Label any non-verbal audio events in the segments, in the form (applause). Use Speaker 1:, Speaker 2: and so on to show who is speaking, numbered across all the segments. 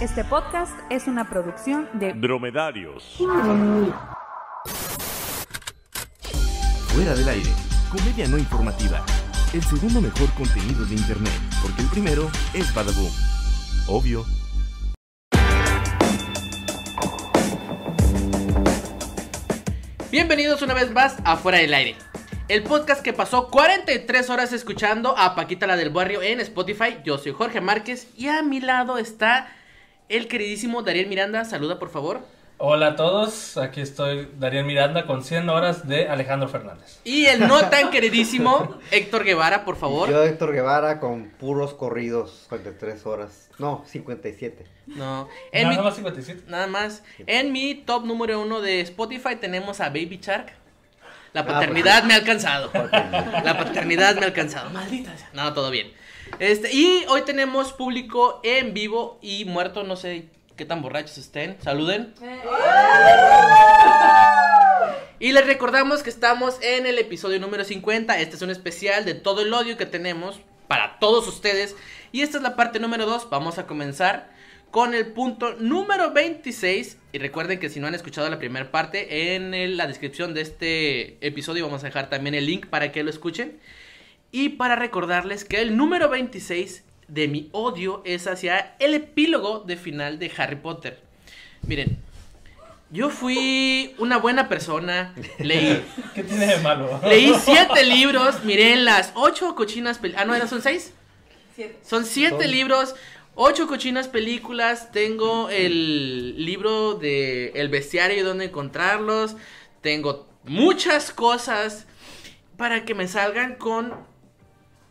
Speaker 1: Este podcast es una producción de
Speaker 2: Dromedarios.
Speaker 3: Fuera del aire. Comedia no informativa. El segundo mejor contenido de internet, porque el primero es Badaboom. Obvio.
Speaker 4: Bienvenidos una vez más a Fuera del Aire, el podcast que pasó 43 horas escuchando a Paquita la del Barrio en Spotify. Yo soy Jorge Márquez y a mi lado está el queridísimo Dariel Miranda. Saluda, por favor.
Speaker 5: Hola a todos, aquí estoy Dariel Miranda con 100 horas de Alejandro Fernández.
Speaker 4: Y el no tan queridísimo Héctor Guevara, por favor.
Speaker 6: Yo, Héctor Guevara, con puros corridos, 53 horas. No,
Speaker 4: (laughs)
Speaker 6: 57.
Speaker 4: No, en mi-
Speaker 5: Nada más 57.
Speaker 4: nada más. En mi top número uno de Spotify tenemos a Baby Shark. La
Speaker 6: pues
Speaker 4: paternidad me ha alcanzado. (laughs)
Speaker 6: Paternidad.
Speaker 4: La paternidad me ha alcanzado. Maldita sea. No, todo bien. Este, y hoy tenemos público en vivo y muerto, no sé qué tan borrachos estén. Saluden. Y les recordamos que estamos en el episodio número 50. Este es un especial de todo el odio que tenemos para todos ustedes. Y esta es la parte número 2. Vamos a comenzar con el punto número 26. Y recuerden que si no han escuchado la primera parte, en el- la descripción de este episodio vamos a dejar también el link para que lo escuchen. Y para recordarles que el número 26 de mi odio es hacia el epílogo de final de Harry Potter. Miren, yo fui una buena persona, leí,
Speaker 5: ¿Qué tiene de malo?
Speaker 4: (laughs) leí siete libros, miré las ocho cochinas películas. Ah, no, ¿eran son seis? Son siete
Speaker 6: Son-
Speaker 4: libros, ocho cochinas películas. Tengo el libro de El bestiario y dónde encontrarlos. Tengo muchas cosas para que me salgan con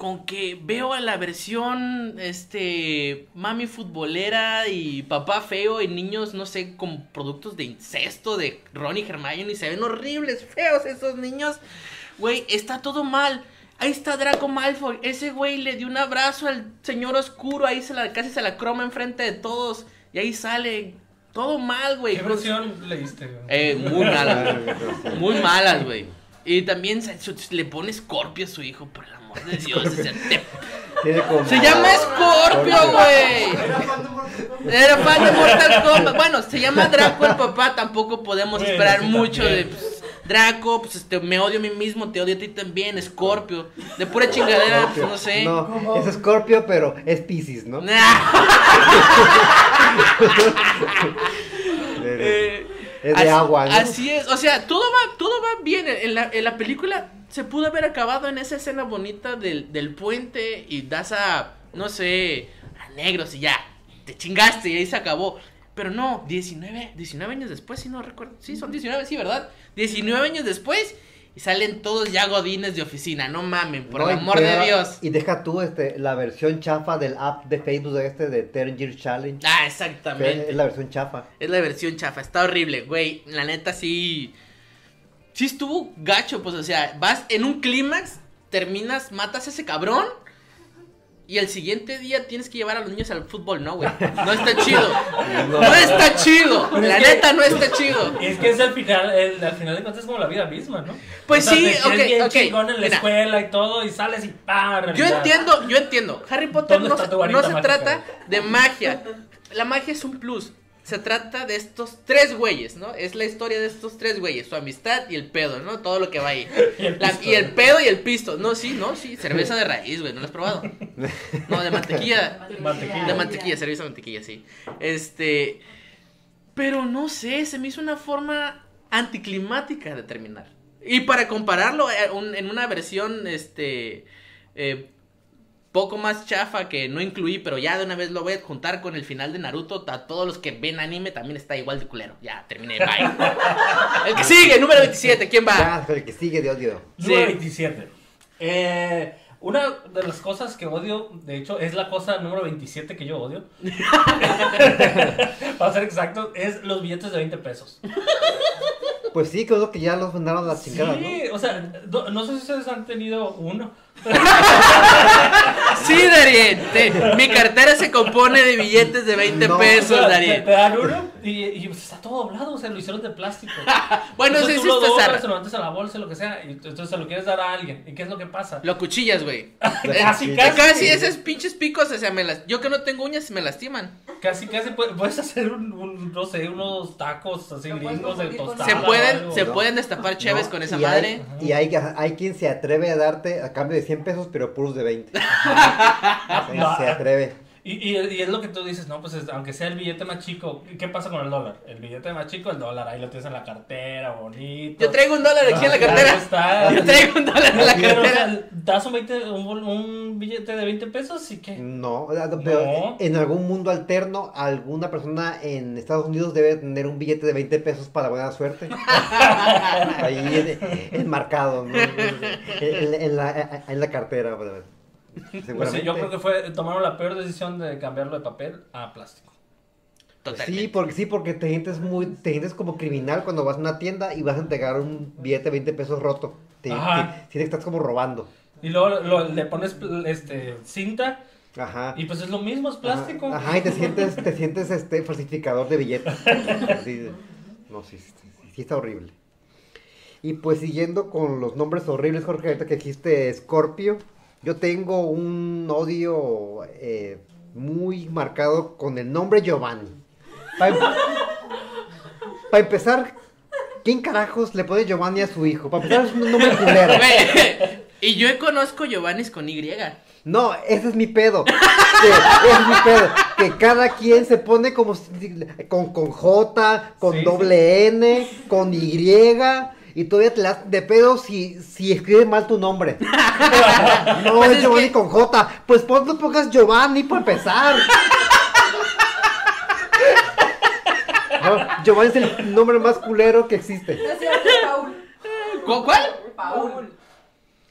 Speaker 4: con que veo a la versión este mami futbolera y papá feo y niños no sé con productos de incesto de Ron y Hermione y se ven horribles feos esos niños güey está todo mal ahí está Draco Malfoy ese güey le dio un abrazo al señor oscuro ahí se la casi se la croma enfrente de todos y ahí sale todo mal güey
Speaker 5: ¿Qué
Speaker 4: Con-
Speaker 5: versión leíste? güey?
Speaker 4: eh, muy mala güey.
Speaker 6: Muy
Speaker 4: Muy malas, güey. Y también se- su- le pone Scorpio a su hijo, por el amor de Dios. o sea, te-
Speaker 6: Tiene como-
Speaker 4: Se llama Scorpio,
Speaker 6: Scorpio.
Speaker 4: güey. Era fan de Mortal Kombat. Bueno, se llama Draco el papá, tampoco podemos
Speaker 5: Bueno,
Speaker 4: esperar
Speaker 5: sí,
Speaker 4: mucho de
Speaker 5: también.
Speaker 4: pues, Draco, pues este, me odio a mí mismo, te odio a ti también, Scorpio. De pura chingadera, pues no sé. Ah.
Speaker 6: No, es Scorpio, pero es Pisces, ¿no?
Speaker 4: Nah.
Speaker 6: De-
Speaker 4: Eh,
Speaker 6: Es de
Speaker 4: así,
Speaker 6: agua, ¿no?
Speaker 4: Así es, o sea, todo va, todo va bien. En la, en la película se pudo haber acabado en esa escena bonita del, del puente y das a, no sé, a negros y ya, te chingaste y ahí se acabó. Pero no, 19, 19 años después, si no recuerdo, sí, son 19, sí, ¿verdad? 19 años después y salen todos ya godines de oficina, no mamen, por
Speaker 6: No,
Speaker 4: el
Speaker 6: y
Speaker 4: amor
Speaker 6: pega-
Speaker 4: de Dios.
Speaker 6: Y deja tú este, la versión chafa del app de Facebook de este de Ten Year Challenge.
Speaker 4: Ah,
Speaker 6: que
Speaker 4: exactamente.
Speaker 6: es la versión chafa.
Speaker 4: Es la versión chafa, está horrible, güey. La neta sí. Sí estuvo gacho, pues, o sea, vas en un clímax, terminas, matas a ese cabrón. Y el siguiente día tienes que llevar a los niños al fútbol, no, güey. No está chido. No está chido.
Speaker 5: Pero es
Speaker 4: La
Speaker 5: que-
Speaker 4: neta no está chido.
Speaker 5: Es que es al final, el- al final de cuentas es como la vida misma, ¿no?
Speaker 4: Pues sí,
Speaker 5: te crees
Speaker 4: ok,
Speaker 5: bien
Speaker 4: ok,
Speaker 5: chingón en la
Speaker 4: mira.
Speaker 5: escuela y todo y sales y ¡pam!
Speaker 4: Yo entiendo, yo entiendo. Harry Potter
Speaker 5: ¿Dónde
Speaker 4: no,
Speaker 5: está
Speaker 4: se-
Speaker 5: tu varita
Speaker 4: no se
Speaker 5: mágica?
Speaker 4: trata de magia. La magia es un plus. Se trata de estos tres güeyes, ¿no? Es la historia de estos tres güeyes, su amistad y el pedo, ¿no? Todo lo que va ahí.
Speaker 5: Y el
Speaker 4: La-
Speaker 5: pisto.
Speaker 4: y el pedo y el pisto. No, sí, no, sí. Cerveza de raíz, güey, ¿no lo has probado? No, de mantequilla.
Speaker 5: Mantequilla.
Speaker 4: De mantequilla, cerveza de mantequilla, sí. Este. Pero no sé, se me hizo una forma anticlimática de terminar. Y para compararlo eh, un- en una versión, este. eh, poco más chafa que no incluí, pero ya de una vez lo voy a juntar con el final de Naruto. A todos los que ven anime también está igual de culero. Ya, terminé, bye. el que sigue, número 27, ¿quién va?
Speaker 6: Ya, el que sigue de odio.
Speaker 5: Número
Speaker 4: Sí.
Speaker 5: 27. Eh, una de las cosas que odio, de hecho, es la cosa número 27 que yo
Speaker 4: (laughs)
Speaker 5: odio. (laughs) Para ser exacto, es los billetes de 20 pesos.
Speaker 6: Pues sí, creo que ya los mandaron a la chingada,
Speaker 5: sí, o sea, do- no sé si ustedes han tenido uno,
Speaker 4: Sí, Darien. te- mi cartera se compone de billetes de 20
Speaker 6: No,
Speaker 5: O
Speaker 4: pesos,
Speaker 5: sea, te,
Speaker 4: Darien.
Speaker 5: te dan uno y, y, pues, está todo doblado, o sea, lo hicieron de plástico.
Speaker 4: (laughs) Bueno, sí,
Speaker 5: Entonces,
Speaker 4: sí,
Speaker 5: tú lo
Speaker 4: esto es
Speaker 5: doblas,
Speaker 4: zarra.
Speaker 5: se lo metes a la bolsa, lo que sea, y entonces se lo quieres dar a alguien. ¿Y qué es lo que pasa?
Speaker 4: Lo cuchillas, güey. Eh,
Speaker 5: Casi,
Speaker 6: Sí,
Speaker 5: casi.
Speaker 4: Casi esos pinches picos, o sea, me las... yo que no tengo uñas, me lastiman.
Speaker 5: Casi, casi puede- puedes hacer un, un, no sé, unos tacos así
Speaker 2: Lo puedes
Speaker 5: gringos de
Speaker 2: confundir con
Speaker 5: tostada.
Speaker 4: Se
Speaker 2: Ah,
Speaker 4: pueden,
Speaker 5: o
Speaker 4: se
Speaker 5: algo.
Speaker 4: pueden destapar cheves con esa
Speaker 6: y
Speaker 4: madre.
Speaker 6: Hay, y hay, hay quien se atreve a darte a cambio de 100 pesos, pero puros
Speaker 4: (laughs)
Speaker 6: de 20. O sea, se atreve.
Speaker 5: Y, y, y es lo que tú dices, no, pues es- aunque sea el billete más chico, ¿qué pasa con el dólar? El billete más chico, el dólar, ahí lo tienes en la cartera, bonito.
Speaker 4: Yo traigo un dólar aquí en la
Speaker 5: Ahí
Speaker 4: cartera.
Speaker 5: está.
Speaker 4: Yo traigo un dólar en la
Speaker 5: Pero, o sea,
Speaker 4: cartera.
Speaker 5: das un, 20 un, bol- un billete de 20 pesos y qué.
Speaker 6: No, o sea, pero
Speaker 5: No.
Speaker 6: en algún mundo alterno, alguna persona en Estados Unidos debe tener un billete de 20 pesos para
Speaker 4: (laughs)
Speaker 6: buena suerte. Ahí en- enmarcado, ¿no? en, en la, en la cartera. pues,
Speaker 5: No sé,
Speaker 6: Seguramente.
Speaker 5: Pues yo creo que fue, tomaron la peor decisión de cambiarlo de papel a plástico.
Speaker 6: Sí,
Speaker 4: Totalmente.
Speaker 6: porque sí, porque te sientes muy, te sientes como criminal cuando vas a una tienda y vas a entregar un billete de 20 pesos roto. Te, te-
Speaker 5: Ajá.
Speaker 6: sí te estás como robando.
Speaker 5: Y luego lo- le pones pl- este, cinta
Speaker 6: Ajá.
Speaker 5: y pues es lo mismo, es plástico.
Speaker 6: Ajá, ajá, y te sientes, te sientes este falsificador de billetes. Así, no, sí, sí, sí está horrible. Y pues siguiendo con los nombres horribles, Jorge, ahorita que dijiste Scorpio, yo tengo un odio eh, muy marcado con el nombre Giovanni. Para empezar, ¿quién carajos le pone Giovanni a su hijo? Para empezar, es un nombre
Speaker 4: (laughs)
Speaker 6: culero.
Speaker 4: Güey, Y yo conozco Giovannis con Y.
Speaker 6: No, ese es mi pedo. Que, ese es mi pedo. Que cada quien se pone como si- con, con J, con
Speaker 5: Sí,
Speaker 6: doble N, con Y. Y todavía te las de pedo si, si escribes mal tu nombre. No,
Speaker 4: Pues
Speaker 6: es
Speaker 4: es
Speaker 6: Giovanni
Speaker 4: que-
Speaker 6: con J. Pues pon, no pongas Giovanni para empezar. No, Giovanni es el nombre más culero que existe.
Speaker 2: No es cierto, Paul.
Speaker 4: ¿Cu- ¿Cuál?
Speaker 2: Paul.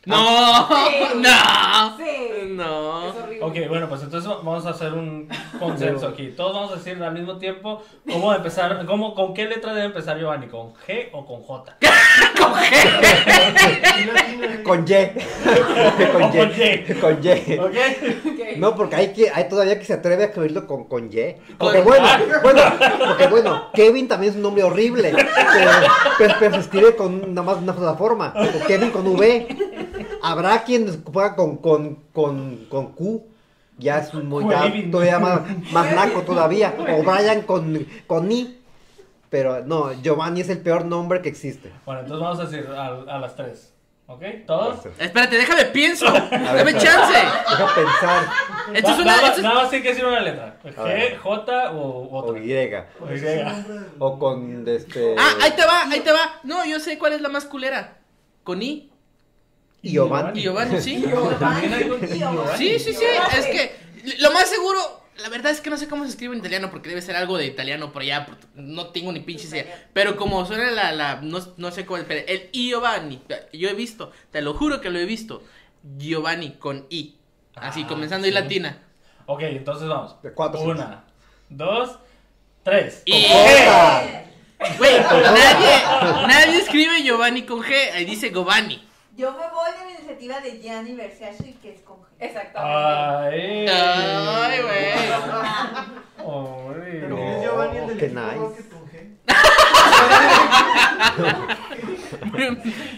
Speaker 4: No,
Speaker 2: Sí.
Speaker 4: no,
Speaker 2: Sí. Es
Speaker 4: no.
Speaker 2: horrible.
Speaker 5: Ok, bueno, pues entonces vamos a hacer un consenso aquí. Todos vamos a decir al mismo tiempo cómo empezar, cómo, con qué letra debe empezar Giovanni, con G o con J.
Speaker 4: Con G. (laughs)
Speaker 6: Con Y.
Speaker 5: (laughs) O con
Speaker 6: Con Y.
Speaker 5: Y.
Speaker 6: Con Y.
Speaker 5: ¿Ok?
Speaker 2: Ok.
Speaker 6: No, porque hay, que, hay todavía que se atreve a escribirlo con, con Y. Porque
Speaker 4: Con-
Speaker 6: bueno, bueno, porque bueno, Kevin también es un nombre horrible. Pero, pero- pero se escribe con nada más una sola forma. O Kevin con V. Habrá quien ponga con, con, con, con Q. Ya es muy ya,
Speaker 5: Kevin.
Speaker 6: todavía más, más naco todavía. O Brian con, con I. Pero no, Giovanni es el peor nombre que existe.
Speaker 5: Bueno, entonces vamos a decir a, a las tres. ¿Ok? ¿Todos?
Speaker 6: Este.
Speaker 4: Espérate,
Speaker 5: (laughs)
Speaker 4: déjame pienso. Dame
Speaker 6: espérate.
Speaker 4: chance.
Speaker 6: Deja pensar.
Speaker 4: Esto
Speaker 5: Va-
Speaker 4: es una.
Speaker 5: nada, más-
Speaker 4: esto es-
Speaker 5: nada más tiene que decir una letra.
Speaker 6: A
Speaker 5: G,
Speaker 6: ver.
Speaker 5: J o
Speaker 6: O
Speaker 5: otra.
Speaker 6: Y.
Speaker 5: O Y.
Speaker 6: O con este.
Speaker 4: Ah, ahí te va, ahí te va. No, yo sé cuál es la más culera. Con I
Speaker 6: Giovanni.
Speaker 4: y Giovanni, sí.
Speaker 5: También hay un-
Speaker 4: Sí, sí, sí. Es que lo más seguro, la verdad es que no sé cómo se escribe en italiano porque debe ser algo de italiano por allá. por- No tengo ni pinche idea. Pero como suena la. la no, no sé cuál. Pero el I Giovanni. Yo he visto, te lo juro que lo he visto. Giovanni con I. Así,
Speaker 5: Ah,
Speaker 4: comenzando
Speaker 5: sí.
Speaker 4: I latina.
Speaker 5: Ok, entonces vamos.
Speaker 6: De cuatro,
Speaker 5: Una, dos, tres.
Speaker 4: Y.
Speaker 6: J.
Speaker 4: Güey, nadie, nadie escribe Giovanni con G. Ahí dice Giovanni. (laughs)
Speaker 7: Yo me voy de la iniciativa de Gianni Versace, que es con G.
Speaker 5: Ah.
Speaker 2: Exactamente.
Speaker 5: Ay,
Speaker 4: Ay, güey.
Speaker 5: Ay, no.
Speaker 6: No, qué nice.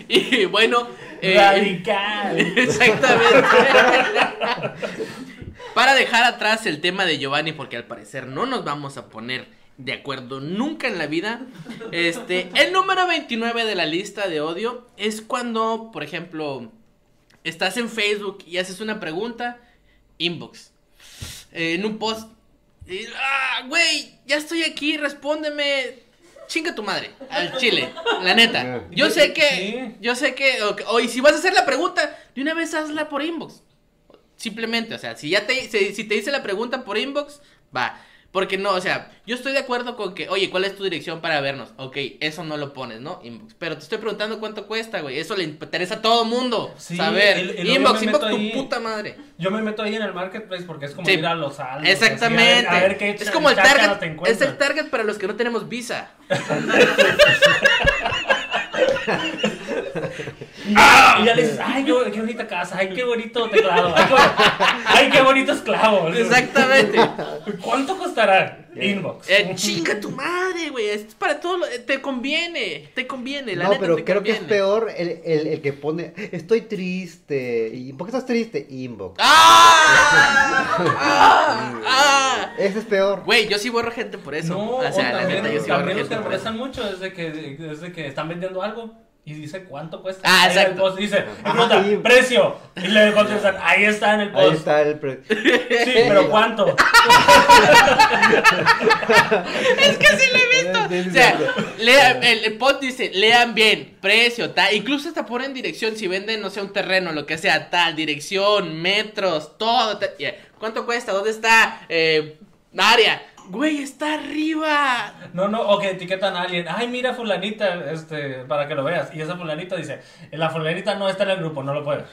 Speaker 4: Y bueno. eh, (laughs)
Speaker 5: Radical.
Speaker 4: Exactamente. Para dejar atrás el tema de Giovanni, porque al parecer no nos vamos a poner de acuerdo nunca en la vida. Este, el número 29 de la lista de odio es cuando, por ejemplo, estás en Facebook y haces una pregunta, inbox, eh, en un post. y, ah, güey, ya estoy aquí, respóndeme. Chinga tu madre, al chile, la neta. Yo sé que,
Speaker 5: Sí.
Speaker 4: yo sé que, o, o- y si vas a hacer la pregunta, de una vez hazla por inbox. Simplemente, o sea, si ya te, si, si te hice la pregunta por inbox, va. Porque no, o sea, yo estoy de acuerdo con que, oye, ¿cuál es tu dirección para vernos? Ok, eso no lo pones, ¿no? Inbox. Pero te estoy preguntando cuánto cuesta, güey. Eso le interesa a todo mundo.
Speaker 5: Sí,
Speaker 4: saber.
Speaker 5: el- el obvio
Speaker 4: inbox,
Speaker 5: me
Speaker 4: inbox,
Speaker 5: meto ahí.
Speaker 4: tu puta madre.
Speaker 5: Yo me meto ahí en el marketplace porque es como
Speaker 4: Sí.
Speaker 5: ir a los aldos.
Speaker 4: Exactamente.
Speaker 5: así, a ver- a ver qué
Speaker 4: es
Speaker 5: ch-
Speaker 4: como el
Speaker 5: chácaras
Speaker 4: target.
Speaker 5: te
Speaker 4: es
Speaker 5: encuentras.
Speaker 4: el (laughs) target para los que no tenemos visa.
Speaker 5: ¡Ah! Y ya le dices, ay, qué, qué bonita casa, ay, qué bonito teclado, ay, qué, bon- ay, qué bonito esclavo.
Speaker 4: (laughs) Exactamente.
Speaker 5: ¿Cuánto costará? Inbox.
Speaker 4: Eh, chinga tu madre, güey. Es para todo. lo- eh, Te conviene. Te conviene. La
Speaker 6: No,
Speaker 4: neta,
Speaker 6: pero
Speaker 4: te
Speaker 6: creo que es
Speaker 4: conviene.
Speaker 6: peor el, el- el que pone, estoy triste. ¿Y por qué estás triste? Inbox.
Speaker 4: ¡Ah! ¡Ah! ¡Ah!
Speaker 6: Ese es peor.
Speaker 4: Güey, yo sí borro gente por eso.
Speaker 5: No,
Speaker 4: o sea,
Speaker 5: o
Speaker 4: la
Speaker 5: también,
Speaker 4: neta, yo sí borro
Speaker 5: también
Speaker 4: gente
Speaker 5: lo que
Speaker 4: por
Speaker 5: molestan
Speaker 4: eso.
Speaker 5: mucho es de que, es de que están vendiendo algo y dice cuánto cuesta.
Speaker 4: Ah,
Speaker 5: Ahí en el
Speaker 4: exacto.
Speaker 5: post dice, pregunta,
Speaker 6: sí.
Speaker 5: precio. Y le contestan, ahí está en
Speaker 4: Pues,
Speaker 5: el
Speaker 6: Ahí
Speaker 5: post.
Speaker 6: está
Speaker 4: (laughs)
Speaker 6: el pre-
Speaker 5: Sí,
Speaker 6: (laughs)
Speaker 5: pero ¿cuánto?
Speaker 4: Es que sí lo he visto. O sea, lea- el, el post dice, lean bien, precio, tal. Incluso hasta ponen dirección. Si venden, no sé, un terreno, lo que sea, tal, dirección, metros, todo. tal. Ya, ¿Cuánto cuesta? ¿Dónde está? Eh, área. Güey, está arriba. (laughs)
Speaker 5: No, no, o que etiquetan a alguien. Ay, mira fulanita, este, para que lo veas. Y esa fulanita dice, la fulanita no está en el grupo, no lo puedes.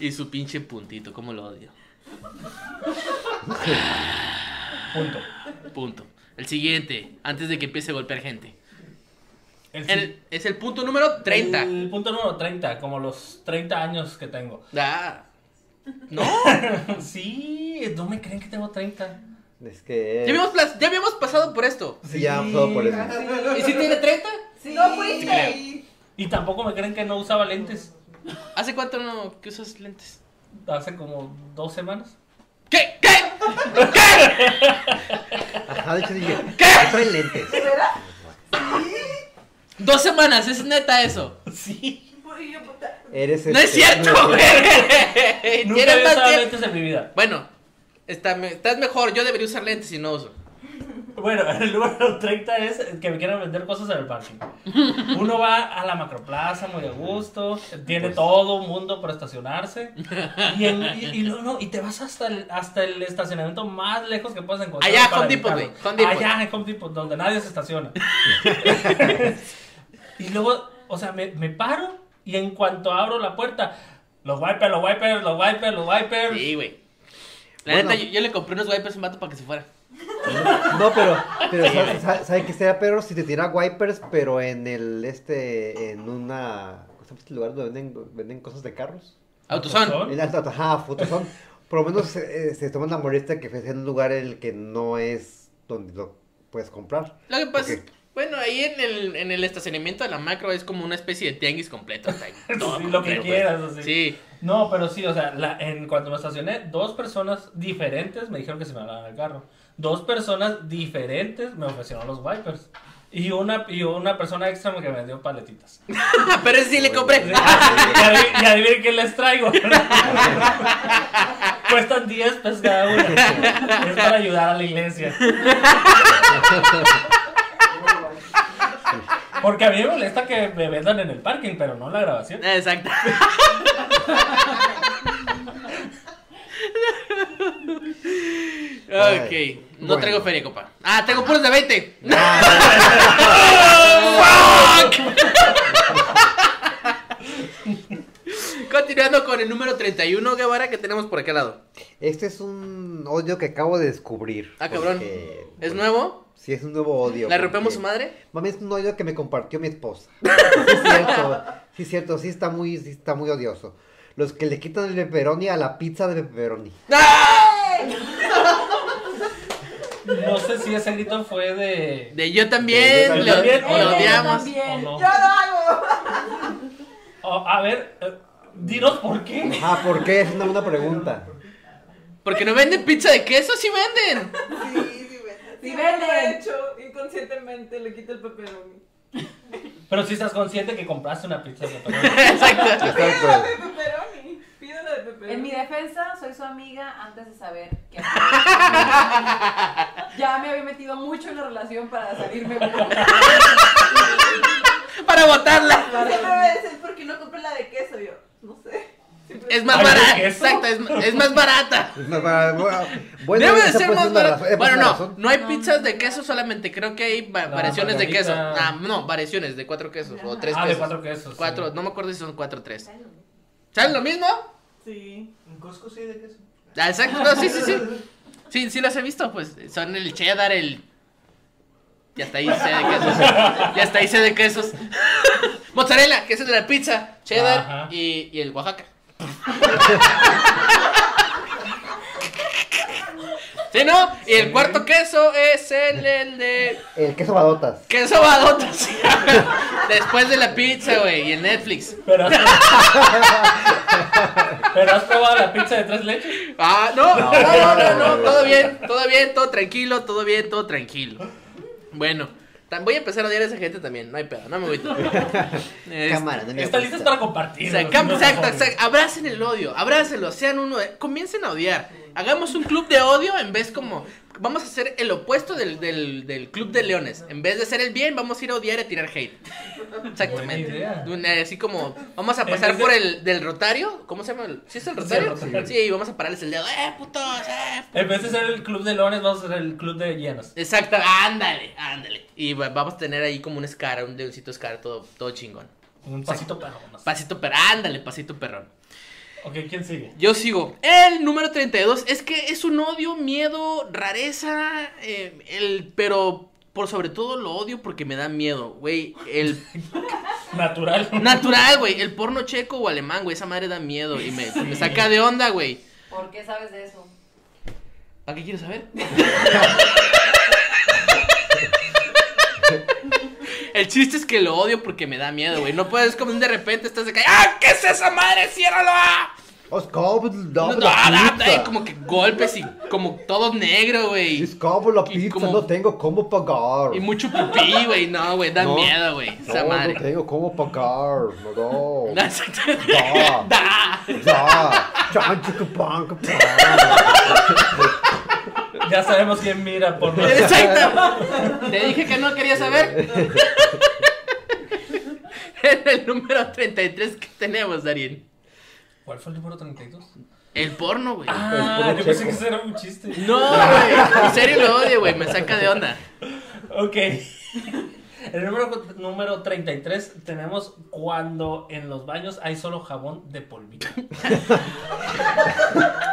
Speaker 4: Y su pinche puntito, cómo lo odio.
Speaker 5: Punto.
Speaker 4: Punto. El siguiente, antes de que empiece a golpear gente.
Speaker 5: El,
Speaker 4: El- es el punto número 30.
Speaker 5: El punto número 30, como los 30 años que tengo. (laughs)
Speaker 4: Ah. No.
Speaker 5: Sí, no me creen que tengo 30.
Speaker 6: Es que.
Speaker 4: Ya habíamos, plas- ya habíamos pasado por esto.
Speaker 6: Sí, ya todo por eso.
Speaker 4: ¿Y si tiene 30?
Speaker 7: Sí. No fuiste.
Speaker 5: Y tampoco me creen que no usaba lentes.
Speaker 4: ¿Hace cuánto no que usas lentes?
Speaker 5: Hace como dos
Speaker 4: (laughs)
Speaker 5: semanas.
Speaker 4: ¿Qué? ¿Qué?
Speaker 6: Ajá, de hecho dije,
Speaker 4: ¿Qué?
Speaker 6: trae lentes.
Speaker 4: Dos semanas, es neta eso.
Speaker 5: Sí.
Speaker 7: Uy, yo puta.
Speaker 6: Eres
Speaker 4: No es
Speaker 6: este-
Speaker 4: cierto,
Speaker 6: no es cierto.
Speaker 4: güey.
Speaker 5: Nunca
Speaker 4: Tiene
Speaker 5: había
Speaker 4: más
Speaker 5: usado
Speaker 4: tiempo.
Speaker 5: lentes en mi vida.
Speaker 4: Bueno, está me- estás mejor. Yo debería usar lentes y no uso.
Speaker 5: Bueno, (laughs) el número 30 es que me quieran vender cosas en el
Speaker 4: (laughs)
Speaker 5: parking. Uno va a la macroplaza muy a gusto, tiene
Speaker 4: Pues.
Speaker 5: todo mundo para
Speaker 4: (laughs)
Speaker 5: estacionarse. Y, en- y- y luego, no, y te vas hasta el, hasta el estacionamiento más lejos que puedas encontrar.
Speaker 4: Allá,
Speaker 5: para
Speaker 4: Home
Speaker 5: el
Speaker 4: Depot,
Speaker 5: carro.
Speaker 4: güey, Home Depot.
Speaker 5: Allá en Home Depot, donde nadie se
Speaker 4: (laughs)
Speaker 5: estaciona. y luego, o sea, me, me paro y en cuanto abro la puerta, los wipers, los wipers, los wipers, los wipers.
Speaker 4: Sí, güey. La
Speaker 6: Bueno.
Speaker 4: neta, yo, yo le compré unos wipers a un vato para que se fuera.
Speaker 6: No, pero, pero ¿sabes, sabes- sabes que sea pero si te tira wipers, pero en el este, en una, ¿cómo se llama este lugar donde venden, venden cosas de carros?
Speaker 4: Autoson.
Speaker 5: ¿Autosón?
Speaker 6: En alta, ajá, Fotozón. Por lo menos eh, se toman la molestia que es en un lugar en el que no es donde lo puedes comprar.
Speaker 4: Lo que pasa es
Speaker 6: Ok.
Speaker 4: que, bueno, ahí en el, en el estacionamiento de la macro es como una especie de tianguis completo. está ahí todo
Speaker 5: Sí, lo que
Speaker 4: completo, güey.
Speaker 5: quieras, así.
Speaker 4: Sí,
Speaker 5: No, pero sí, o sea, la- en cuanto me estacioné, dos personas diferentes me dijeron que se me hablaban el carro. Dos personas diferentes me ofrecieron los wipers. Y una, y una persona extra me que me dio paletitas. Y,
Speaker 4: Ah, pero ese sí le compré.
Speaker 5: adiv- y adivinen qué les traigo. Cuestan 10 pesos cada una. Es para ayudar a la iglesia. Porque a mí me molesta que me vendan en el parking, pero no en la grabación.
Speaker 4: Exacto. ok, no
Speaker 6: Bueno.
Speaker 4: traigo feria, copa. Ah, tengo puros de 20. Continuando con el número 31, Guevara, que tenemos por aquel lado.
Speaker 6: Este es un odio que acabo de descubrir.
Speaker 4: Ah, cabrón.
Speaker 6: porque- pues,
Speaker 4: ¿Es nuevo?
Speaker 6: Sí, es un nuevo odio.
Speaker 4: ¿La rompemos
Speaker 6: porque-
Speaker 4: su madre?
Speaker 6: Mami, es un odio que me compartió mi esposa. (laughs) Sí, es cierto. Sí, es cierto. Sí, está muy, sí está muy odioso. Los que le quitan el pepperoni a la pizza de pepperoni.
Speaker 4: ¡Ah!
Speaker 5: No sé si ese grito fue de.
Speaker 4: De yo también,
Speaker 6: De yo
Speaker 4: lo-
Speaker 5: también,
Speaker 8: Este
Speaker 4: lo
Speaker 5: o no.
Speaker 4: odiamos.
Speaker 7: También.
Speaker 5: ¿O no?
Speaker 7: Yo lo hago.
Speaker 5: Oh, a ver, eh, dinos por qué.
Speaker 6: Ah, ¿por qué? Es una buena pregunta.
Speaker 4: Porque no venden pizza de queso, sí venden. (laughs)
Speaker 8: Sí, sí, güey.
Speaker 7: Sí,
Speaker 8: Sí,
Speaker 7: venden.
Speaker 8: lo he hecho inconscientemente, le quito el pepperoni.
Speaker 5: Pero si estás consciente que compraste una pizza de pepperoni.
Speaker 4: Exacto.
Speaker 8: Pido la de
Speaker 6: Exacto.
Speaker 8: pepperoni. Pido la de pepperoni.
Speaker 7: En mi defensa, soy su amiga antes de saber que ya me había metido mucho en la relación para
Speaker 8: (laughs)
Speaker 7: salirme.
Speaker 4: Para botarla.
Speaker 8: Siempre me dicen, ¿por qué no compré la de queso? Yo, no sé. Siempre-
Speaker 4: Es más
Speaker 5: ¿Hay de
Speaker 4: barata.
Speaker 5: queso?
Speaker 4: Exacto, es, es más barata.
Speaker 6: Es una- Bueno, bueno,
Speaker 4: Debe de
Speaker 6: esa
Speaker 4: ser
Speaker 6: puede
Speaker 4: más
Speaker 6: una
Speaker 4: barata.
Speaker 6: razón- eh, puede
Speaker 4: Bueno,
Speaker 6: ser una
Speaker 4: no,
Speaker 6: razón.
Speaker 4: no hay pizzas de queso solamente. Creo que hay va-
Speaker 5: La
Speaker 4: variaciones de queso.
Speaker 5: margarita.
Speaker 4: Ah, no, variaciones de cuatro quesos o tres
Speaker 5: Ah,
Speaker 4: quesos.
Speaker 5: de cuatro quesos. sí.
Speaker 4: Cuatro, no me acuerdo si son cuatro o tres. ¿Saben lo mismo?
Speaker 8: Sí.
Speaker 9: En Costco sí hay de queso.
Speaker 4: Ah, Exacto, no, sí, sí, sí. Sí, sí los he visto, pues son el cheddar, el Ya está ahí sé de quesos. Ya está ahí sé de quesos. (laughs) Mozzarella, que es el de la pizza, cheddar
Speaker 5: Ajá.
Speaker 4: y, y el Oaxaca. (laughs) ¿Sí, no? Y el cuarto queso es el, el de
Speaker 6: El queso badotas.
Speaker 4: queso badota. sí. (laughs) Después de la pizza, güey, y el Netflix.
Speaker 5: Pero has,
Speaker 4: (laughs)
Speaker 5: pero has probado la pizza de tres leches.
Speaker 4: Ah, no, no, (laughs) no, no, no, todo bien, todo bien, todo tranquilo, todo bien, todo tranquilo. Bueno, tam- voy a empezar a odiar a esa gente también, no hay pedo, no me voy. (laughs) Este,
Speaker 9: Cámara, no me
Speaker 5: Está
Speaker 9: gusta.
Speaker 5: listos para compartir.
Speaker 4: Exacto,
Speaker 5: ¿no?
Speaker 4: exacto, exacto. Abracen el odio, abrácenlo, sean uno, de- comiencen a odiar. Hagamos un club de odio en vez como vamos a hacer el opuesto del, del, del club de leones. En vez de hacer el bien, vamos a ir a odiar y a tirar hate. Exactamente.
Speaker 5: Buena idea.
Speaker 4: De una- Así como vamos a
Speaker 5: En
Speaker 4: pasar
Speaker 5: vez de-
Speaker 4: por el del rotario, ¿cómo se llama? el- ¿Sí es el rotario?
Speaker 5: rotario.
Speaker 4: Sí, y vamos a pararles el dedo. Eh, putos, eh.
Speaker 5: En vez de ser el club de leones, vamos a ser el club de llenos.
Speaker 4: Exacto, ándale, ándale. Y va- vamos a tener ahí como un escara, un leoncito escara todo todo chingón.
Speaker 5: Un pasito para unos.
Speaker 4: Pasito perrón, ándale, pasito perrón.
Speaker 5: Ok, ¿quién sigue?
Speaker 4: Yo sigo. El número 32 es que es un odio, miedo, rareza, eh, el, pero por sobre todo lo odio porque me da miedo, güey.
Speaker 5: (laughs)
Speaker 4: El
Speaker 5: Natural.
Speaker 4: natural, güey, el porno checo o alemán, güey, esa madre da miedo y me, me saca de onda, güey.
Speaker 8: ¿Por qué sabes de eso?
Speaker 4: ¿Para qué quiero saber? El chiste es que lo odio porque me da miedo, güey. No puedes como de repente estás de que ¡Ah! ¿Qué es esa madre? ¡Ciérralo! ah!"
Speaker 6: Os cobo
Speaker 4: No, no,
Speaker 6: Oh, la
Speaker 4: no,
Speaker 6: pizza.
Speaker 4: y como que golpes y como todo negro, güey.
Speaker 6: Os cobo la
Speaker 4: y
Speaker 6: pizza,
Speaker 4: como-
Speaker 6: no tengo cómo pagar.
Speaker 4: Y mucho pipí, güey. No, güey, da
Speaker 6: No.
Speaker 4: miedo, güey. Esa
Speaker 6: no,
Speaker 4: madre.
Speaker 6: no
Speaker 4: (laughs)
Speaker 6: tengo cómo pagar. No.
Speaker 4: Da, exacto.
Speaker 6: Da.
Speaker 4: Da.
Speaker 6: Ya. Chan, chucupan, cupan.
Speaker 5: (laughs) Ya sabemos quién mira
Speaker 4: (laughs)
Speaker 5: por nosotros.
Speaker 4: Exacto. Te dije que no quería
Speaker 6: (laughs)
Speaker 4: saber. (laughs) Era el número 33 que tenemos, Darien.
Speaker 5: ¿Cuál fue el número 32?
Speaker 4: El porno, güey.
Speaker 5: Ah,
Speaker 6: puro
Speaker 5: yo pensé que
Speaker 6: checo.
Speaker 5: ese era un chiste. (laughs)
Speaker 4: No, güey. En serio lo odio, güey. Me saca de onda.
Speaker 5: Ok. (laughs) El número, cu- número 33 tenemos cuando en los baños hay solo jabón de polvito.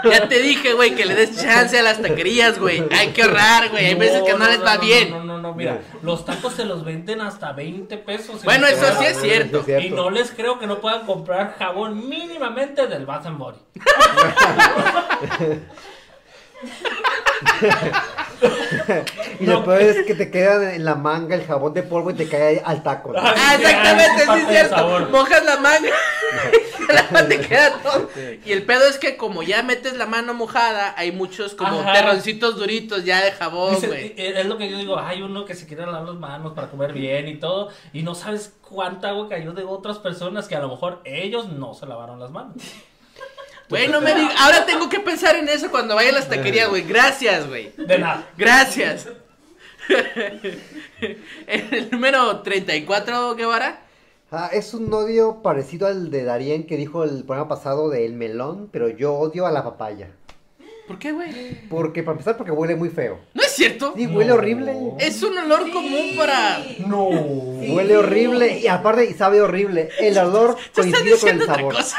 Speaker 4: Ya te dije, güey, que le des chance a las taquerías, güey. Hay que ahorrar, güey. (laughs) Hay veces que no, les va
Speaker 5: no,
Speaker 4: bien.
Speaker 5: No, no, no, mira, los tacos se los venden hasta 20 pesos. en
Speaker 4: Bueno,
Speaker 5: el
Speaker 4: (laughs) eso sí es
Speaker 5: mercado.
Speaker 4: cierto.
Speaker 5: Y no les creo que no puedan comprar jabón mínimamente del Bath and Body.
Speaker 6: Y
Speaker 5: No.
Speaker 6: lo peor es que te queda en la manga el jabón de polvo y te cae al taco. ¿no?
Speaker 5: Ay.
Speaker 4: Ah, exactamente, sí
Speaker 5: Parte
Speaker 4: es
Speaker 5: del
Speaker 4: cierto.
Speaker 5: sabor.
Speaker 4: Mojas la manga. la- te queda todo. Y el pedo es que como ya metes la mano mojada, hay muchos como
Speaker 5: Ajá.
Speaker 4: terroncitos duritos ya de jabón,
Speaker 5: Dice,
Speaker 4: Oh, güey.
Speaker 5: eh, es lo que yo digo, hay uno que se quiere lavar las manos para comer bien y todo, y no sabes cuánta agua cayó de otras personas que a lo mejor ellos no se lavaron las manos.
Speaker 4: Güey, no me digas. Ahora tengo que pensar en eso cuando vaya a las taquerías, güey. Gracias, güey.
Speaker 5: De nada.
Speaker 4: Gracias. (laughs) el número 34, Guevara.
Speaker 6: Ah, es un odio parecido al de Darien que dijo el programa pasado del melón, pero yo odio a la papaya.
Speaker 4: ¿Por qué, güey?
Speaker 6: Porque, para empezar, porque huele muy feo.
Speaker 4: ¿No es cierto?
Speaker 6: Sí, huele
Speaker 5: No.
Speaker 6: horrible.
Speaker 4: Es un olor común para...
Speaker 5: No.
Speaker 6: Huele horrible y aparte y sabe horrible.
Speaker 4: (laughs)
Speaker 6: El olor
Speaker 4: Te están
Speaker 6: coincide con el
Speaker 4: diciendo otra
Speaker 6: sabor.
Speaker 4: cosa.